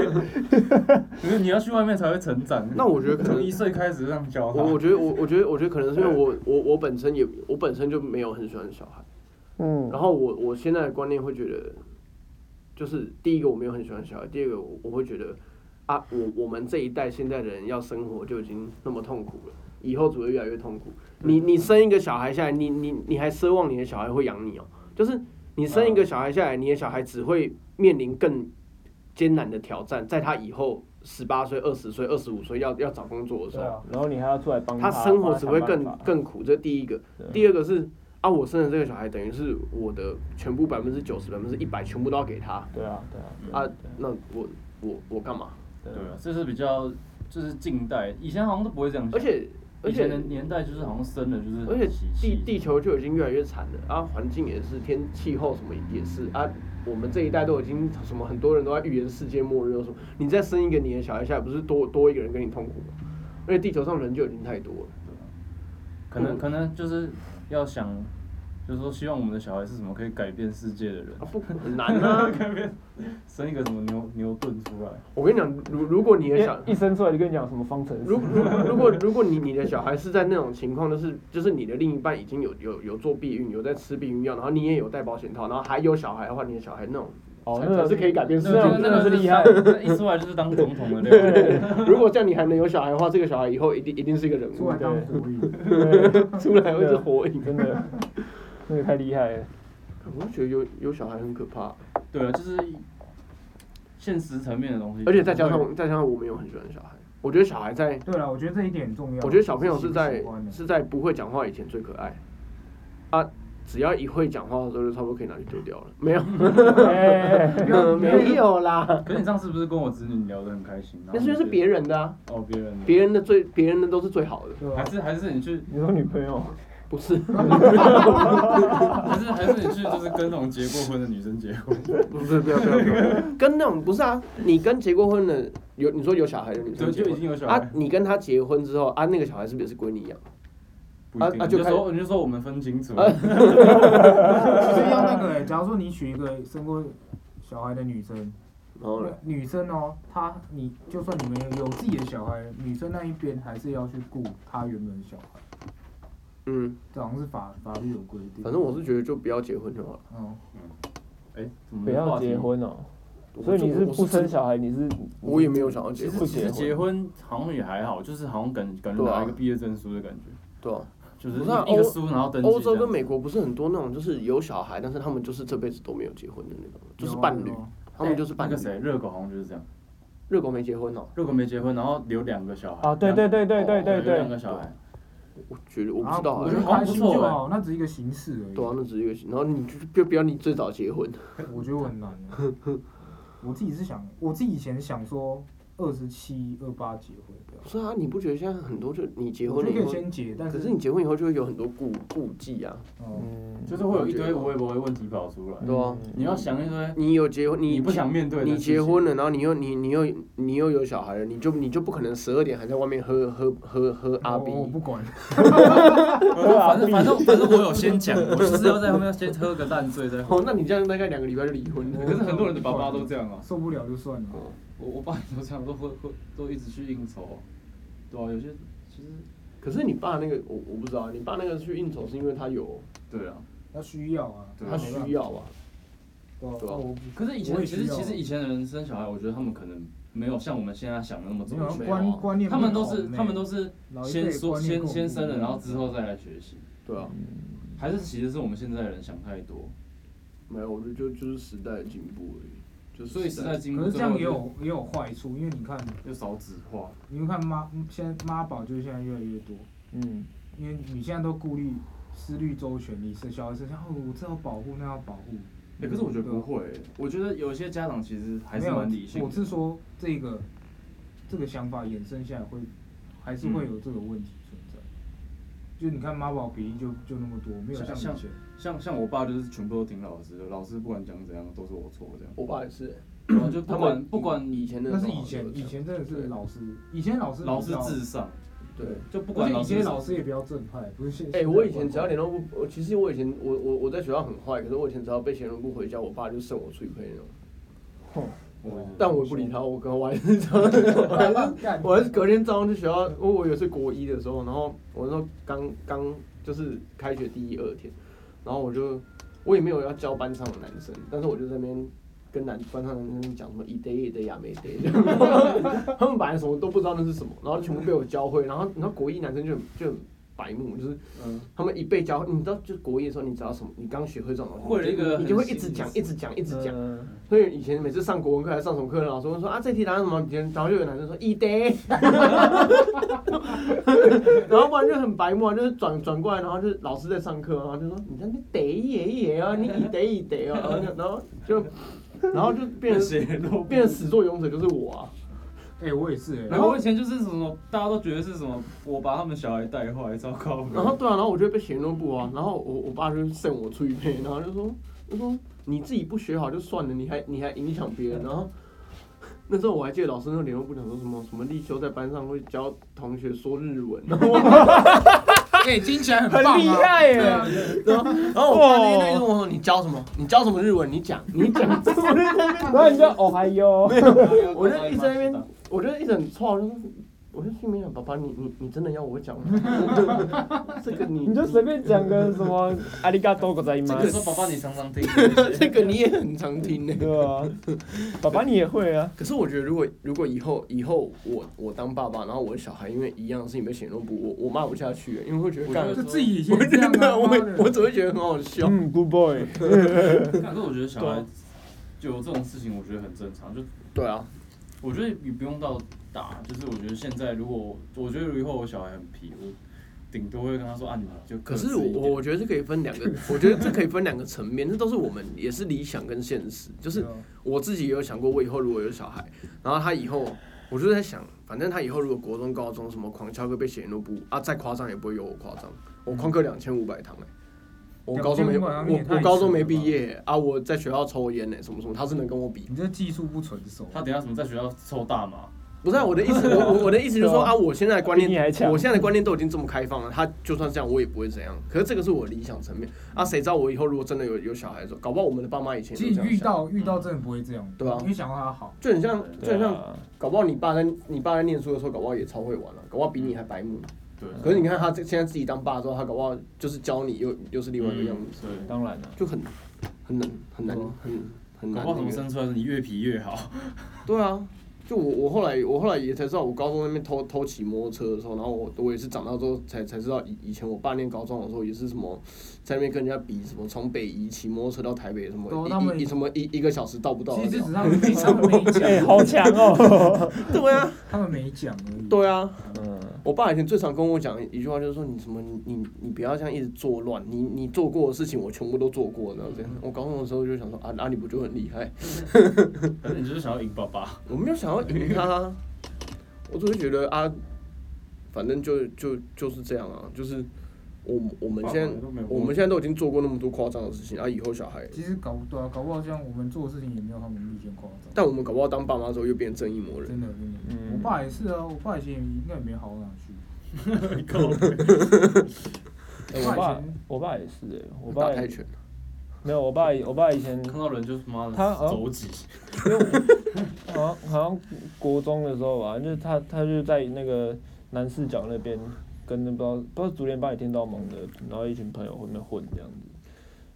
Speaker 2: 可是你要去外面才会成长。
Speaker 3: 那我觉 得可能
Speaker 2: 从一岁开始让教
Speaker 3: 我我
Speaker 2: 他。
Speaker 3: 觉得我我觉得我觉得可能是因为我我我本身也我本身就没有很喜欢小孩，
Speaker 1: 嗯，
Speaker 3: 然后我我现在的观念会觉得，就是第一个我没有很喜欢小孩，第二个我我会觉得啊，我我们这一代现在的人要生活就已经那么痛苦了，以后只会越来越痛苦。你你生一个小孩下来，你你你还奢望你的小孩会养你哦、就是你生一个小孩下来，你的小孩只会面临更艰难的挑战，在他以后十八岁、二十岁、二十五岁要要找工作的时
Speaker 1: 对
Speaker 3: 候。
Speaker 1: 啊，然后你还要出来帮
Speaker 3: 他生活只会更
Speaker 1: 帮他想办法
Speaker 3: 更苦，这第一个
Speaker 1: 对。
Speaker 3: 第二个是啊，我生的这个小孩等于是我的全部百分之九十、百分之一百全部都要给他
Speaker 1: 对啊，对啊，对
Speaker 3: 啊，那我我我干嘛？
Speaker 1: 对
Speaker 2: 对
Speaker 1: 啊
Speaker 2: 啊，这是比较就是近代，以前好像都不会
Speaker 1: 嗯
Speaker 2: 这样想。
Speaker 3: 而且而
Speaker 2: 以前的
Speaker 3: 且
Speaker 2: 年代就是好像生了就是
Speaker 3: 而且
Speaker 2: 喜
Speaker 3: 地
Speaker 2: 气
Speaker 3: 地球就已经越来越惨了啊，环境也是，天气候什么也是啊。我们这一代都已经什么，很多人都在预言世界末日，又说你再生一个你的小孩下来，不是多多一个人跟你痛苦吗？而且地球上人就已经太多了。
Speaker 2: 可能
Speaker 3: 嗯
Speaker 2: 可能就是要想，就是说希望我们的小孩是什么可以改变世界 的人，
Speaker 3: 啊，不很难 啊！
Speaker 2: 生一个什么牛牛顿出来，
Speaker 3: 我跟你讲，如如果你的小
Speaker 1: 一一生出来就跟你讲什么方程式
Speaker 3: 如，如如果如果你你的小孩是在那种情况，就是就是你的另一半已经有有有做避孕，有在吃避孕药，然后你也有戴保险套，然后还有小孩的话，你的小孩那种
Speaker 1: 哦，
Speaker 3: 才
Speaker 1: 那
Speaker 3: 才
Speaker 1: 个
Speaker 3: 是可以改变世
Speaker 1: 那个
Speaker 3: 界
Speaker 1: 那
Speaker 3: 的。
Speaker 1: 个是厉害，
Speaker 2: 那一出来就是当总统的料。
Speaker 3: 如果这样你还能有小孩的话，这个小孩以后一定一定是一个人
Speaker 5: 出
Speaker 3: 物
Speaker 5: 来，当火影，
Speaker 1: 对
Speaker 3: 出来会是火影。
Speaker 1: 真的，那个太厉害了。
Speaker 3: 我觉得有有小孩很可怕，
Speaker 2: 对啊，就是现实层面的东西。
Speaker 3: 而且再加上再加上我们又很喜欢小孩，我觉得小孩在，
Speaker 5: 对了，啊我觉得这一点很重要。
Speaker 3: 我觉得小朋友是
Speaker 5: 喜
Speaker 3: 在
Speaker 5: 不喜欢的
Speaker 3: 是在不会讲话以前最可爱，啊，只要一会讲话的时候就差不多可以拿去丢掉了，没有。
Speaker 1: 哎，
Speaker 3: 嗯， 没有啦，
Speaker 2: 可是你上次不是跟我侄女聊得很开心？
Speaker 3: 那就是别
Speaker 2: 人
Speaker 3: 人的啊，
Speaker 2: 哦，别人
Speaker 3: 别人的最，别人的都是最好的，
Speaker 5: 对啊
Speaker 2: 还是还是你去，
Speaker 1: 你说女朋友，
Speaker 3: 不是？
Speaker 2: 还是还是你去，就是跟那种结过婚的女生结婚。
Speaker 3: 不是，不要不要不要， 跟那种不是啊，你跟结过婚的有，你说有小孩的女生
Speaker 2: 对
Speaker 3: 结
Speaker 2: 就已
Speaker 3: 婚
Speaker 2: 经有小孩
Speaker 3: 啊，你跟他结婚之后啊，那个小孩是不是也是归你养？
Speaker 2: 不一定
Speaker 3: 啊啊
Speaker 2: 你
Speaker 3: 就
Speaker 2: 就
Speaker 3: 开
Speaker 2: 说你就说我们分清楚，
Speaker 3: 啊
Speaker 5: 其实要那个、欸，假如说你娶一个生过小孩的女生，
Speaker 3: 然后呢？
Speaker 5: 女生哦，她你就算你们有自己的小孩，女生那一边还是要去顾她原本的小孩，
Speaker 3: 嗯，
Speaker 5: 这好像是法法律有规定。
Speaker 3: 反正我是觉得就不要结婚就好了。
Speaker 5: 嗯，
Speaker 2: 哎，怎么
Speaker 1: 不
Speaker 2: 这个
Speaker 1: 要
Speaker 2: 话题
Speaker 1: 结？婚哦。
Speaker 3: 我
Speaker 1: 所以你
Speaker 3: 就是我
Speaker 1: 不生小孩，你是
Speaker 3: 我也没有想要结
Speaker 2: 其
Speaker 3: 婚，
Speaker 2: 实其实
Speaker 1: 不结
Speaker 2: 结婚好像也还好，就是好像感感觉
Speaker 3: 对啊
Speaker 2: 拿一个毕业证书的感觉，
Speaker 3: 对啊。
Speaker 2: 就是
Speaker 3: 不是啊
Speaker 2: 一个
Speaker 3: 欧
Speaker 2: 书然后登记这样。
Speaker 3: 欧洲跟美国不是很多那种，就是有小孩，但是他们就是这辈子都没有结婚的那种，就是伴侣
Speaker 5: 有，啊
Speaker 3: 他们就是伴
Speaker 2: 哎那个
Speaker 3: 侣。
Speaker 2: 谁，热狗好像就是这样，
Speaker 3: 热狗没结婚哦，
Speaker 2: 热狗没结婚，然后留两个小孩。
Speaker 1: 啊？对对
Speaker 2: 两个
Speaker 1: 对对对对
Speaker 2: 有两
Speaker 1: 对，
Speaker 2: 个小孩，
Speaker 3: 我觉得我
Speaker 5: 有啊
Speaker 3: 不知道啊
Speaker 5: 啊我
Speaker 2: 觉
Speaker 5: 觉
Speaker 2: 得
Speaker 5: 得
Speaker 2: 好像
Speaker 5: 开
Speaker 2: 不
Speaker 5: 心
Speaker 2: 错
Speaker 5: 就
Speaker 2: 欸
Speaker 5: 好，那只是一个形式而已。
Speaker 3: 对啊，那只是一个，然后你就就不要你最早结婚，
Speaker 5: 我觉得我很难 欸。我自己是想，我自己以前想说二十七、二八结婚这样，
Speaker 3: 不是啊？你不觉得现在很多就你结
Speaker 5: 我
Speaker 3: 婚
Speaker 5: 觉
Speaker 3: 了
Speaker 5: 得
Speaker 3: 以
Speaker 5: 可以
Speaker 3: 后，
Speaker 5: 先结，但
Speaker 3: 可
Speaker 5: 是
Speaker 3: 是你结婚以后就会有很多顾顾忌啊，
Speaker 5: 嗯，
Speaker 1: 嗯，
Speaker 2: 就是会有一堆无微不微问题跑出来，
Speaker 3: 对啊，
Speaker 2: 你要想一 堆
Speaker 3: 你有结婚，你
Speaker 2: 你不想面对的
Speaker 3: 你
Speaker 2: 事情
Speaker 3: 结婚了，然后你又你你又你又有小孩了，你就你就不可能十二点还在外面喝喝喝喝阿
Speaker 5: 哦我我
Speaker 3: B，
Speaker 5: 不管，啊
Speaker 2: 反正反正反正我有先 讲，我就是要在后面先喝个烂醉再。
Speaker 3: 哦，那你这样大概两个礼拜就离婚了。
Speaker 2: 可是很多人的爸爸都这样啊，
Speaker 5: 受不了就算了。
Speaker 3: 啊
Speaker 2: 我我爸也都这样，都会会都一直去应酬，对啊，有些其实
Speaker 3: 可是你爸那个我我不知道，你爸那个去应酬是因为他有
Speaker 2: 对啊，
Speaker 5: 要需要啊，
Speaker 2: 对
Speaker 3: 他需要啊，
Speaker 5: 对啊
Speaker 3: 对啊
Speaker 5: 我
Speaker 2: 可是以前
Speaker 5: 我也
Speaker 2: 其实
Speaker 5: 需要
Speaker 2: 其实以前的人生小孩，我觉得他们可能没有像我们现在想的那么
Speaker 5: 没
Speaker 2: 周
Speaker 5: 有
Speaker 2: 全，
Speaker 5: 观
Speaker 3: 没有啊
Speaker 5: 观念不
Speaker 2: 他
Speaker 5: 同欸，
Speaker 2: 们都是他们都是
Speaker 5: 老一辈
Speaker 2: 先说
Speaker 5: 观念
Speaker 2: 先
Speaker 5: 不同
Speaker 2: 先生了，然后之后再来学习，
Speaker 3: 对啊，
Speaker 2: 还是其实是我们现在的人想太多，
Speaker 3: 没有，我觉得就就是时代的进步而已，就是
Speaker 2: 所以时代进步，
Speaker 5: 可是这样也有也有坏处，因为你看，
Speaker 2: 又少子化，
Speaker 5: 你会看妈现在妈宝就是现在越来越多，
Speaker 1: 嗯，
Speaker 5: 因为你现在都顾虑思虑周全，你是小孩子，哦，我这要保护那要保护，
Speaker 2: 欸可是我觉得不会欸、我觉得有些家长其实还
Speaker 5: 没
Speaker 2: 是
Speaker 5: 有
Speaker 2: 蛮理性
Speaker 5: 我
Speaker 2: 的。
Speaker 5: 是说这个这个想法衍生下来会还是会有这个问题存在，就你看妈宝比例就就那么多，没有
Speaker 2: 像
Speaker 5: 像以前，
Speaker 2: 像像我爸就是全部都挺老实的，老师不管讲怎样都是我错这样。
Speaker 3: 我爸也是，
Speaker 2: 然哦后就不管
Speaker 3: 以
Speaker 2: 不管
Speaker 3: 以前的
Speaker 5: 那
Speaker 3: 时候
Speaker 5: 是
Speaker 3: 好像
Speaker 5: 以
Speaker 3: 有这样，
Speaker 5: 前以前真的
Speaker 3: 对
Speaker 5: 是老师，以前老师
Speaker 2: 老
Speaker 5: 比
Speaker 2: 师
Speaker 5: 较
Speaker 2: 至上，
Speaker 5: 对，
Speaker 4: 就不管
Speaker 5: 而且
Speaker 4: 老
Speaker 5: 以
Speaker 4: 师
Speaker 5: 前老师也比较正派，不是现。
Speaker 3: 哎、
Speaker 5: 现在
Speaker 3: 我以前
Speaker 5: 管
Speaker 3: 只要联络部，我其实我以前我我我在学校很坏，可是我以前只要被联络部回家，我爸就送我出去那种。
Speaker 2: 哦
Speaker 3: 但我也不理他，我跟我还是我还是我还是隔天早上去学校，哦我我有一次国一的时候，然后我那时候刚刚就是开学第一二天，然后我就我也没有要教班上的男生，但是我就在那边跟男班上的男生讲什么一 day 一 day 呀没 day，他们本来什么都不知道那是什么，然后全部被我教会，然后然后国一男生就很就很白目，就是他们一被教，你知道就国一的时候，你知道什么，你刚学会这种东西，
Speaker 2: 会了一个
Speaker 3: 你就会
Speaker 2: 很
Speaker 3: 一直
Speaker 2: 新的
Speaker 3: 讲
Speaker 2: 词
Speaker 3: 一直讲一直讲。
Speaker 1: 嗯
Speaker 3: 所以以前每次上国文课还是上什么课，老师会说啊这题答案什么，然后就有男生说一 day，然后不然就很白目啊，就是转转过来，然后就是老师在上课，然后就说你在那边得耶耶啊，你一 day 一 day 啊，然后就然后就然后就变 成
Speaker 2: 谁都
Speaker 3: 变成始作俑者就是我啊，
Speaker 5: 哎、我也是哎、
Speaker 2: 然后我以前就是什么，大家都觉得是什么，我把他们小孩带坏，糟糕。
Speaker 3: 然后对啊，然后我就被写诺布啊，然后我我爸就送我出去配，然后就说就说你自己不学好就算了，你还你还影响别人，然后。那时候我还记得老师那个联络部长说什么什么立秋在班上会教同学说日文，然后我
Speaker 5: 哎、听起来很棒、啊，
Speaker 1: 很厉害耶
Speaker 5: 对啊
Speaker 3: 然后然后我爸那天就跟我说你教什么你教什么日文你讲你讲，
Speaker 1: 然后你就哦嗨哟，
Speaker 3: 我就一直在那边，我就一直很错，我就说我就心里面想爸爸你你你真的要我讲吗？ 这个你
Speaker 1: 你就随便讲个什么阿里嘎多ござい
Speaker 2: 这
Speaker 1: ま
Speaker 2: 个
Speaker 1: す，
Speaker 2: 说宝宝你常常听，
Speaker 3: 这个你也很常听欸呢、
Speaker 1: 对吧？爸爸你也会啊，
Speaker 3: 可是我觉得，如果如果以后以后我我当爸爸，然后我的小孩因为一样的事情被显露不，我我骂不下去，因为会觉得干
Speaker 2: 我觉
Speaker 5: 就
Speaker 2: 得，
Speaker 5: 自己以
Speaker 3: 我
Speaker 5: 前这
Speaker 3: 真
Speaker 5: 样
Speaker 3: 的
Speaker 5: 啊，
Speaker 3: 我
Speaker 5: 妈
Speaker 3: 会
Speaker 5: 的
Speaker 3: 我只会觉得很好笑。
Speaker 1: 嗯，good boy，
Speaker 2: 可是我觉得小孩
Speaker 1: 对
Speaker 2: 就有这种事情，我觉得很正常。就
Speaker 3: 对啊，
Speaker 2: 我觉得你不用到打，就是我觉得现在如果我觉得以后我小孩很皮，我顶多会跟他说啊，你就
Speaker 3: 可
Speaker 2: 克制
Speaker 3: 是
Speaker 2: 一
Speaker 3: 我
Speaker 2: 点
Speaker 3: 我我觉得这可以分两个，我觉得这可以分两个层面，这都是我们也是理想跟现实。就是我自己也有想过，我以后如果有小孩，然后他以后，我就在想，反正他以后如果国中、高中什么狂翘课被写诺不啊，再夸张也不会有我夸张。我旷课两千五百堂哎、我高中没
Speaker 5: 2500堂你也
Speaker 3: 我
Speaker 5: 太
Speaker 3: 我高中没
Speaker 5: 扯了吧
Speaker 3: 毕业、啊，我在学校抽烟呢、什么什么，他是能跟我比？
Speaker 5: 你这技术不纯熟，
Speaker 2: 他等一下什么在学校抽大麻，
Speaker 3: 不是、啊、我的意思，我我我的意思就是说
Speaker 1: 对啊
Speaker 3: 啊，我现在的观念
Speaker 1: 比你还，强
Speaker 3: 我现在的观念都已经这么开放了，他就算这样我也不会怎样。可是这个是我的理想层面啊，谁知道我以后如果真的有有小孩的时候，搞不好我们的爸妈以前也都
Speaker 5: 其实
Speaker 3: 这
Speaker 5: 你遇
Speaker 3: 样想，
Speaker 5: 到遇到真的不会这样，
Speaker 3: 对啊
Speaker 5: 因为想到他好，
Speaker 3: 就很像就
Speaker 1: 对
Speaker 3: 很像，
Speaker 1: 啊，
Speaker 3: 搞不好你爸在你爸在念书的时候，搞不好也超会玩了、啊搞不好比你还白目。
Speaker 2: 对，
Speaker 3: 可是你看他这现在自己当爸之后，他搞不好就是教你又又是另外一个样子，
Speaker 2: 嗯
Speaker 1: 当然了，啊
Speaker 3: 就很很难很难很很
Speaker 2: 对，
Speaker 3: 难
Speaker 2: 搞不好怎么
Speaker 3: 那个。
Speaker 2: 生出来的你越皮 越好，
Speaker 3: 对啊，就我我后来我后来也才知道，我高中那边偷偷骑摩托车的时候，然后我我也是长大之后才才知道，以以前我爸念高中的时候也是什么在那边跟人家比什么从北宜骑摩托车到台北什么
Speaker 5: 对啊
Speaker 3: 一
Speaker 5: 他们
Speaker 3: 一一什么一一个小时到不到
Speaker 5: 其
Speaker 3: 得
Speaker 5: 实
Speaker 3: 了。
Speaker 5: 只是他 们没他们没
Speaker 1: 哎，
Speaker 3: 啊
Speaker 5: 讲，
Speaker 1: 好强哦，
Speaker 3: 对啊，
Speaker 5: 他们没讲而已。
Speaker 3: 对啊。
Speaker 1: 嗯，
Speaker 3: 我爸以前最常跟我讲一句话，就是说你什么你你你不要这样一直作乱，你你做过的事情我全部都做过，然后这样。我高中的时候就想说啊，那、你不就很厉害？
Speaker 2: 可是你就是想要赢 爸爸，
Speaker 3: 我没有想要赢他啊，我只会觉得啊，反正就就就是这样啊，就是我我们现在
Speaker 2: 爸爸都没有
Speaker 3: 我们现在都已经做过那么多夸张的事情啊，以后小孩，
Speaker 5: 其实搞不对啊，搞不好像我们做的事情也没有他们意见夸张。
Speaker 3: 但我们搞不好当爸妈之后又变正义魔人。
Speaker 5: 真的真的，
Speaker 1: 嗯
Speaker 5: 我爸也是啊，我爸以前也应该也没好到哪去。
Speaker 1: 哎我爸我爸也是哎，我爸
Speaker 3: 打泰
Speaker 1: 也
Speaker 3: 拳，
Speaker 1: 没有，我爸我爸以前
Speaker 2: 看到人就是妈的
Speaker 1: 他
Speaker 3: 哦
Speaker 1: 好像
Speaker 2: 走几，
Speaker 1: 好像好像国中的时候吧，就是他他就在那个南四角那边跟那不知道不知道竹联帮也听到盟的，然后一群朋友后面混这样子。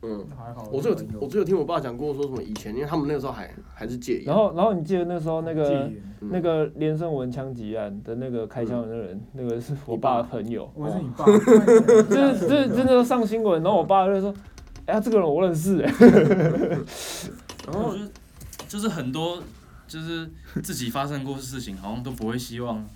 Speaker 3: 嗯，
Speaker 5: 还好，
Speaker 3: 我只有我只有听我爸讲过说什么以前，因为他们那个时候还还是戒
Speaker 1: 然
Speaker 3: 烟，
Speaker 1: 后然后你记得那时候那个
Speaker 5: 戒烟
Speaker 3: 嗯
Speaker 1: 那个连胜文枪击案的那个开枪的那个人，那个是我爸的朋友，
Speaker 5: 我是你 爸，啊
Speaker 1: 就是就是真的上新闻，然后我爸就说。哎呀，这个人我认识哎、
Speaker 2: 然
Speaker 3: 哦
Speaker 2: 后我觉得就是很多就是自己发生过的事情，好像都不会 希望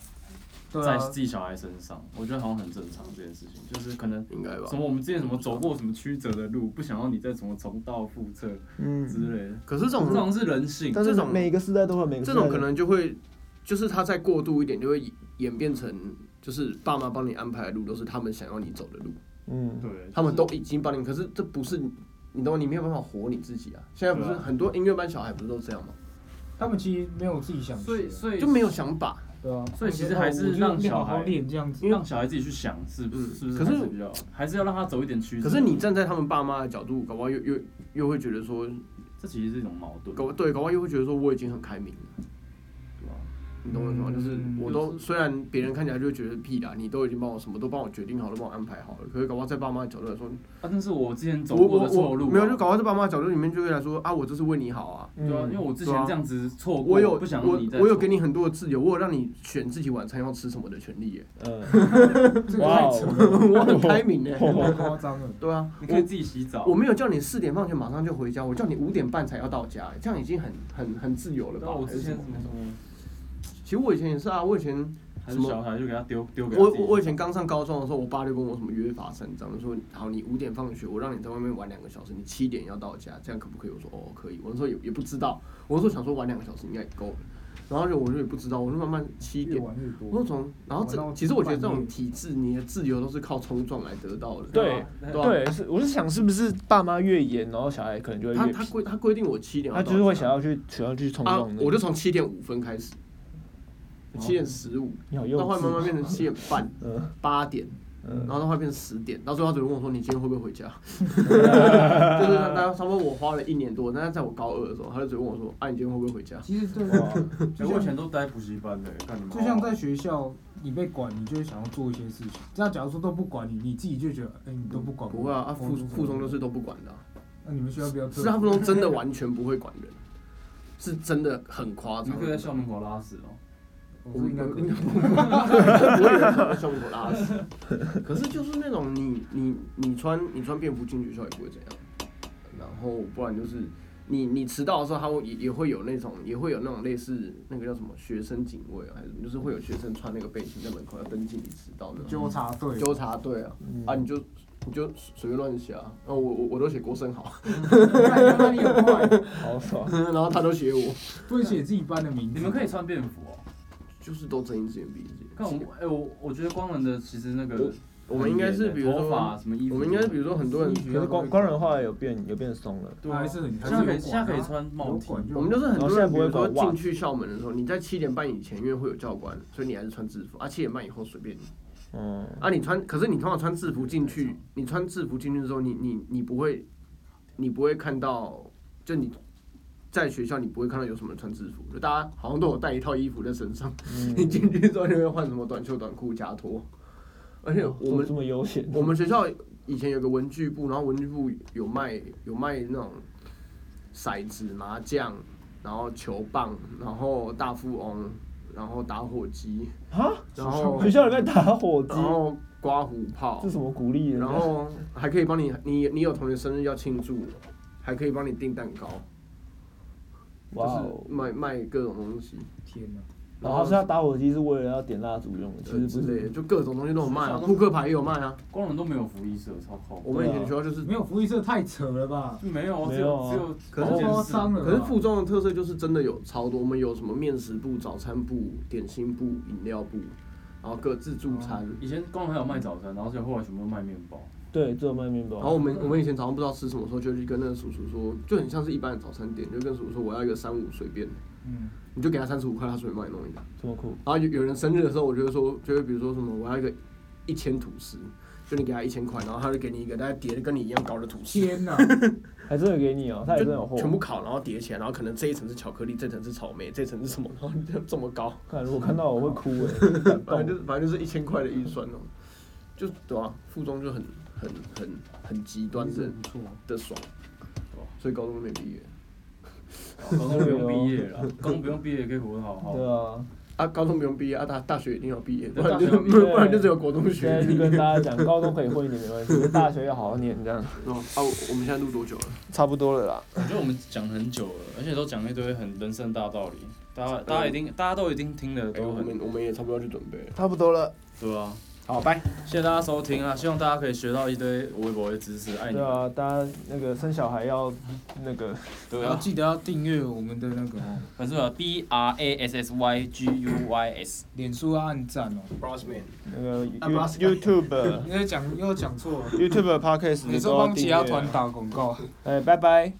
Speaker 5: 对
Speaker 2: 在
Speaker 5: 啊，
Speaker 2: 自己小孩身上，我觉得好像很正常这件事情，就是可能
Speaker 3: 应该吧
Speaker 2: 什。么我们之前什么走过什么曲折的路，不想要你再什么重蹈覆辙之
Speaker 1: 嗯，
Speaker 2: 类的，
Speaker 3: 可是这
Speaker 2: 这
Speaker 3: 种
Speaker 2: 种是人性。
Speaker 3: 但是这种
Speaker 1: 每个时代都会有每个
Speaker 3: 这
Speaker 1: 时代
Speaker 3: 种
Speaker 1: 的
Speaker 3: 可能就会，就是他再过度一点，就会演变成，就是爸妈帮你安排的路都是他们想要你走的路，
Speaker 1: 嗯，
Speaker 2: 对，
Speaker 3: 他们都已经帮你，可是这不是你，你懂吗？你没有办法活你自己啊。现在不是
Speaker 2: 对啊
Speaker 3: 很多音乐班小孩不是都这样吗？
Speaker 5: 他们其实没有自己想学啊，
Speaker 2: 所以所以
Speaker 3: 就没有想法，
Speaker 5: 对啊，
Speaker 2: 所以其实还是
Speaker 5: 我觉得
Speaker 2: 让
Speaker 5: 你
Speaker 2: 小
Speaker 5: 好好
Speaker 2: 孩
Speaker 5: 练这样子，
Speaker 2: 让小孩自己去想是不是是不是
Speaker 3: 嗯可是
Speaker 2: 还比较，还是要让他走一点曲。
Speaker 3: 可是你站在他们爸妈的角度，搞不好又又又会觉得说，
Speaker 2: 这其实是一种矛盾，
Speaker 3: 搞对，搞不好又会觉得说我已经很开明了，
Speaker 2: 对吧？
Speaker 3: 你懂我意思吗？
Speaker 5: 嗯
Speaker 3: 就是我
Speaker 2: 就
Speaker 3: 都虽然别人看起来就会觉得屁啦，你都已经帮我什么都帮我决定好了，帮我安排好了，可是搞不好在爸妈的角度来说，
Speaker 2: 啊，那是我之前走
Speaker 3: 我
Speaker 2: 过
Speaker 3: 我
Speaker 2: 的错
Speaker 3: 我
Speaker 2: 路啊，
Speaker 3: 没有，就搞到在爸妈的角度里面就会来说啊，我这是为你好啊，
Speaker 2: 对啊，因为我之前
Speaker 3: 对啊
Speaker 2: 这样子错过，
Speaker 3: 我有
Speaker 2: 不想
Speaker 3: 我
Speaker 2: 你再
Speaker 3: 我有给
Speaker 2: 你，
Speaker 3: 你很多的自由，我有让你选自己晚餐要吃什么的权 利耶，
Speaker 1: 嗯，
Speaker 5: 这个
Speaker 1: 哇
Speaker 5: 太
Speaker 1: 哦
Speaker 5: 扯了，
Speaker 3: 我很开明 耶，
Speaker 5: 太夸张 了。
Speaker 3: 对啊，
Speaker 2: 哦你可以
Speaker 3: 我
Speaker 2: 自己洗澡。
Speaker 3: 我没有叫你四点放学马上就回家，我叫你五点半才要到家，这样已经很很很自由了
Speaker 2: 对
Speaker 3: 吧？
Speaker 2: 啊我
Speaker 3: 还是
Speaker 2: 之前
Speaker 3: 什么
Speaker 2: 什么什么，
Speaker 3: 其实我以前也是啊，我以前
Speaker 2: 还是小孩就给他丢丢给他
Speaker 3: 我
Speaker 2: 自己
Speaker 3: 我我以前刚上高中的时候，我爸就跟我哦什么约法三章，说好你五点放学，我让你在外面玩两个小时，你七点要到家，这样可不可以？我说哦可以，我那时候也也不知道，我那时候想说玩两个小时应该也够了，然后就我就也不知道，我就慢慢七
Speaker 5: 越
Speaker 3: 点。
Speaker 5: 玩越
Speaker 3: 我
Speaker 5: 多
Speaker 3: 那，种，然后
Speaker 5: 玩
Speaker 3: 这
Speaker 5: 到
Speaker 3: 其实我觉得这
Speaker 5: 半
Speaker 3: 种
Speaker 5: 夜
Speaker 3: 体制，你的自由都是靠冲撞来得到的。
Speaker 1: 对
Speaker 3: 吧吧
Speaker 1: 对，是我是想是不是爸妈越严，然后小孩可能就会
Speaker 3: 他
Speaker 1: 越
Speaker 3: 他
Speaker 1: 皮，
Speaker 3: 规他规定我七点要
Speaker 1: 他
Speaker 3: 到
Speaker 1: 就是会
Speaker 3: 家
Speaker 1: 想要去想要去冲
Speaker 3: 啊
Speaker 1: 撞，的。
Speaker 3: 我就从七点五分开始，七点十五，
Speaker 1: 你好幼
Speaker 3: 到后来慢慢
Speaker 1: 稚，
Speaker 3: 变成七点半、
Speaker 1: 嗯
Speaker 3: 八点，然
Speaker 1: 嗯，
Speaker 3: 后到后来变成十点，到最后他只会问我说：“你今天会不会回家？” 就是他，他差不多我花了一年多，但是在我高二的时候，他就只问我说：“啊，你今天会不会回家
Speaker 5: 其实对，
Speaker 4: 哇 哎
Speaker 5: 就
Speaker 4: 我以前
Speaker 5: 像
Speaker 4: 都待补习班的，看你们。
Speaker 5: 就
Speaker 3: 哦
Speaker 5: 像在学校，你被管，你就会想要做一些事情。这样假如说都不管你，你自己就觉得，哎，你？”都不管我，
Speaker 3: 不会啊，啊
Speaker 5: 我
Speaker 3: 附
Speaker 5: 都不管
Speaker 3: 附中就是都不管 的啊、
Speaker 5: 那你们学校比较
Speaker 3: 是
Speaker 5: 特
Speaker 3: 他啊附中真的完全不会管人，是真的很夸
Speaker 2: 你
Speaker 3: 张
Speaker 2: 们。可以在校门口拉屎哦。
Speaker 5: 我说应该可以
Speaker 3: 不会有人把胸口拉死。 可是就是那种你你你穿你穿便服进学校也不会怎样，然后不然就是你你迟到的时候，他会也也会有那种也会有那种类似那个叫什么学生警卫啊，还是什么就是会有学生穿那个背心在门口要登记你迟到的
Speaker 5: 纠察队，
Speaker 3: 纠察队啊
Speaker 1: 嗯
Speaker 3: 啊你就你就随便乱写啊，啊我我我都写郭胜豪，
Speaker 5: 那你很快，
Speaker 1: 好爽，
Speaker 3: 然后他都写我，
Speaker 5: 不会写自己班的名字。
Speaker 2: 你们可以穿便服哦。
Speaker 3: 就是都睁一只眼闭一只眼。
Speaker 2: 看我，哎，我我觉得光人的其实那
Speaker 3: 我
Speaker 2: 个欸
Speaker 3: 我们应该是比如
Speaker 2: 头发
Speaker 3: 说
Speaker 2: 什么衣服，
Speaker 3: 我们应该是比如说很多人
Speaker 5: 可
Speaker 1: 可是光光人化有变有变松了，
Speaker 2: 对啊
Speaker 5: 还是很
Speaker 2: 现在可以
Speaker 5: 还是有
Speaker 2: 现
Speaker 5: 管
Speaker 2: 在
Speaker 5: 啊
Speaker 2: 可以穿帽 T，
Speaker 5: 管
Speaker 3: 我们就是很多
Speaker 1: 嗯然后现在
Speaker 3: 人，
Speaker 1: 不
Speaker 3: 比
Speaker 1: 会
Speaker 3: 如说
Speaker 1: 管袜子
Speaker 3: 进去校门的时候，你在七点半以前，因为会有教官，所以你还是穿制服啊。七点半以后随便你
Speaker 1: 嗯，
Speaker 3: 啊，你穿，可是你通常穿制服进去，你穿制服进去的时候，你你你不会，你不会看到，就你在学校你不会看到有什么人穿制服，就大家好像都有带一套衣服在身上。
Speaker 1: 嗯
Speaker 3: 你进去之后就会换什么短袖、短裤、夹拖，而且我们
Speaker 1: 这么悠闲，
Speaker 3: 我们学校以前有个文具部，然后文具部有卖有卖那种骰子、麻将，然后球棒，然后大富翁，然后打火机，
Speaker 1: 啊，
Speaker 3: 然后
Speaker 1: 学校里面打火机
Speaker 3: 然，后刮胡泡
Speaker 1: 这，什么鼓励人
Speaker 3: 然
Speaker 1: 家？
Speaker 3: 后还可以帮你，你你有同学生日要庆祝，还可以帮你订蛋糕，
Speaker 1: 哇哦
Speaker 3: 就是，卖卖各种东西，
Speaker 5: 天哪，
Speaker 1: 然后是他打火机是为了要点蜡烛用的，其
Speaker 3: 呃
Speaker 1: 实
Speaker 3: 之
Speaker 1: 不
Speaker 3: 类的，
Speaker 1: 是，
Speaker 3: 就各种东西都有卖
Speaker 2: 学
Speaker 3: 啊，
Speaker 2: 校都
Speaker 3: 扑克牌也有卖啊。
Speaker 2: 光人都没有服役社，超靠。
Speaker 3: 我们以前学校就是
Speaker 5: 没有福利社太扯了吧？
Speaker 2: 就没有啊，
Speaker 1: 没
Speaker 2: 只
Speaker 1: 有
Speaker 2: 有
Speaker 1: 啊
Speaker 2: 只有哦
Speaker 3: 可
Speaker 5: 是
Speaker 2: 保
Speaker 5: 包
Speaker 2: 健室
Speaker 5: 伤了吧，
Speaker 3: 可是附中的特色就是真的有超多，我们有什么面食部、早餐部、点心部、饮料部，然后各自助餐。
Speaker 2: 以前光人还有卖早餐，然后就后来全部都卖面包。
Speaker 1: 对，只有卖面
Speaker 3: 然后
Speaker 1: 包
Speaker 3: 我，们我们以前早上不知道吃什么时候，就去跟那个叔叔说，就很像是一般的早餐店，就跟叔叔说我要一个三五随便的，
Speaker 5: 嗯，
Speaker 3: 你就给他三十五块，他随便帮你弄一个。
Speaker 1: 这么酷，
Speaker 3: 然后有有人生日的时候，我就会说，就会比如说什么我要一个一千吐司，就你给他一千块，然后他就给你一个大概叠的跟你一样高的吐 司，
Speaker 5: 天哪，
Speaker 1: 还真的给你哦，他也真的有
Speaker 3: 就
Speaker 1: 货，
Speaker 3: 全部烤，然后叠起来，然后可能这一层是巧克力，这层是草莓，这层是什么，然后就这么高。
Speaker 1: 看如果看到我会哭 哎，感
Speaker 3: 哦反正就
Speaker 1: 动，
Speaker 3: 是反正就是一千块的预算哦、就对啊，附中就很很很很极端
Speaker 5: 是
Speaker 3: 的
Speaker 5: 不错。
Speaker 3: 的爽，对啊所以高中没毕业
Speaker 2: 高中不用毕业了，高中不用毕业也可以活得好好。
Speaker 1: 啊对啊，
Speaker 3: 啊，高中不用毕业啊，大大学一定要毕业，不
Speaker 2: 对
Speaker 3: 然就
Speaker 2: 大学要毕
Speaker 1: 业
Speaker 3: 不然就只有国中
Speaker 1: 现
Speaker 3: 学
Speaker 1: 在就
Speaker 3: 历。
Speaker 1: 跟大家讲，高中可以混一点没关系，大学要好好念这样，
Speaker 3: 对啊，啊我我们现在录多久了？
Speaker 1: 差不多了啦，
Speaker 2: 我觉得我们讲了很久了，而且都讲一堆很人生大道理，大家大家一定大家都一定听的
Speaker 3: 哎，
Speaker 2: 都
Speaker 3: 我
Speaker 2: 很
Speaker 3: 们我们也差不多要去准备了。
Speaker 1: 差不多了，
Speaker 2: 对啊。
Speaker 1: 好，拜。
Speaker 2: 谢谢大家收听啊，希望大家可以学到一堆微博的知识，爱你
Speaker 1: 对
Speaker 2: 们。
Speaker 1: 啊，大家那个生小孩要那个
Speaker 2: 对
Speaker 3: 啊
Speaker 5: 然后，记得要订阅我们的那个哦
Speaker 2: 粉丝团 B R A S S Y G U Y S。
Speaker 5: 脸书啊，按赞哦。
Speaker 3: Brosman，
Speaker 1: 那个
Speaker 3: 啊不是
Speaker 1: You- YouTube
Speaker 5: 你又讲又讲错了，
Speaker 1: YouTube podcast
Speaker 5: 你
Speaker 1: 你
Speaker 5: 说
Speaker 1: 都要
Speaker 5: 帮
Speaker 1: 订
Speaker 5: 其
Speaker 1: 阅
Speaker 5: 他团
Speaker 1: 啊。
Speaker 5: 打广告。
Speaker 1: 哎，拜拜。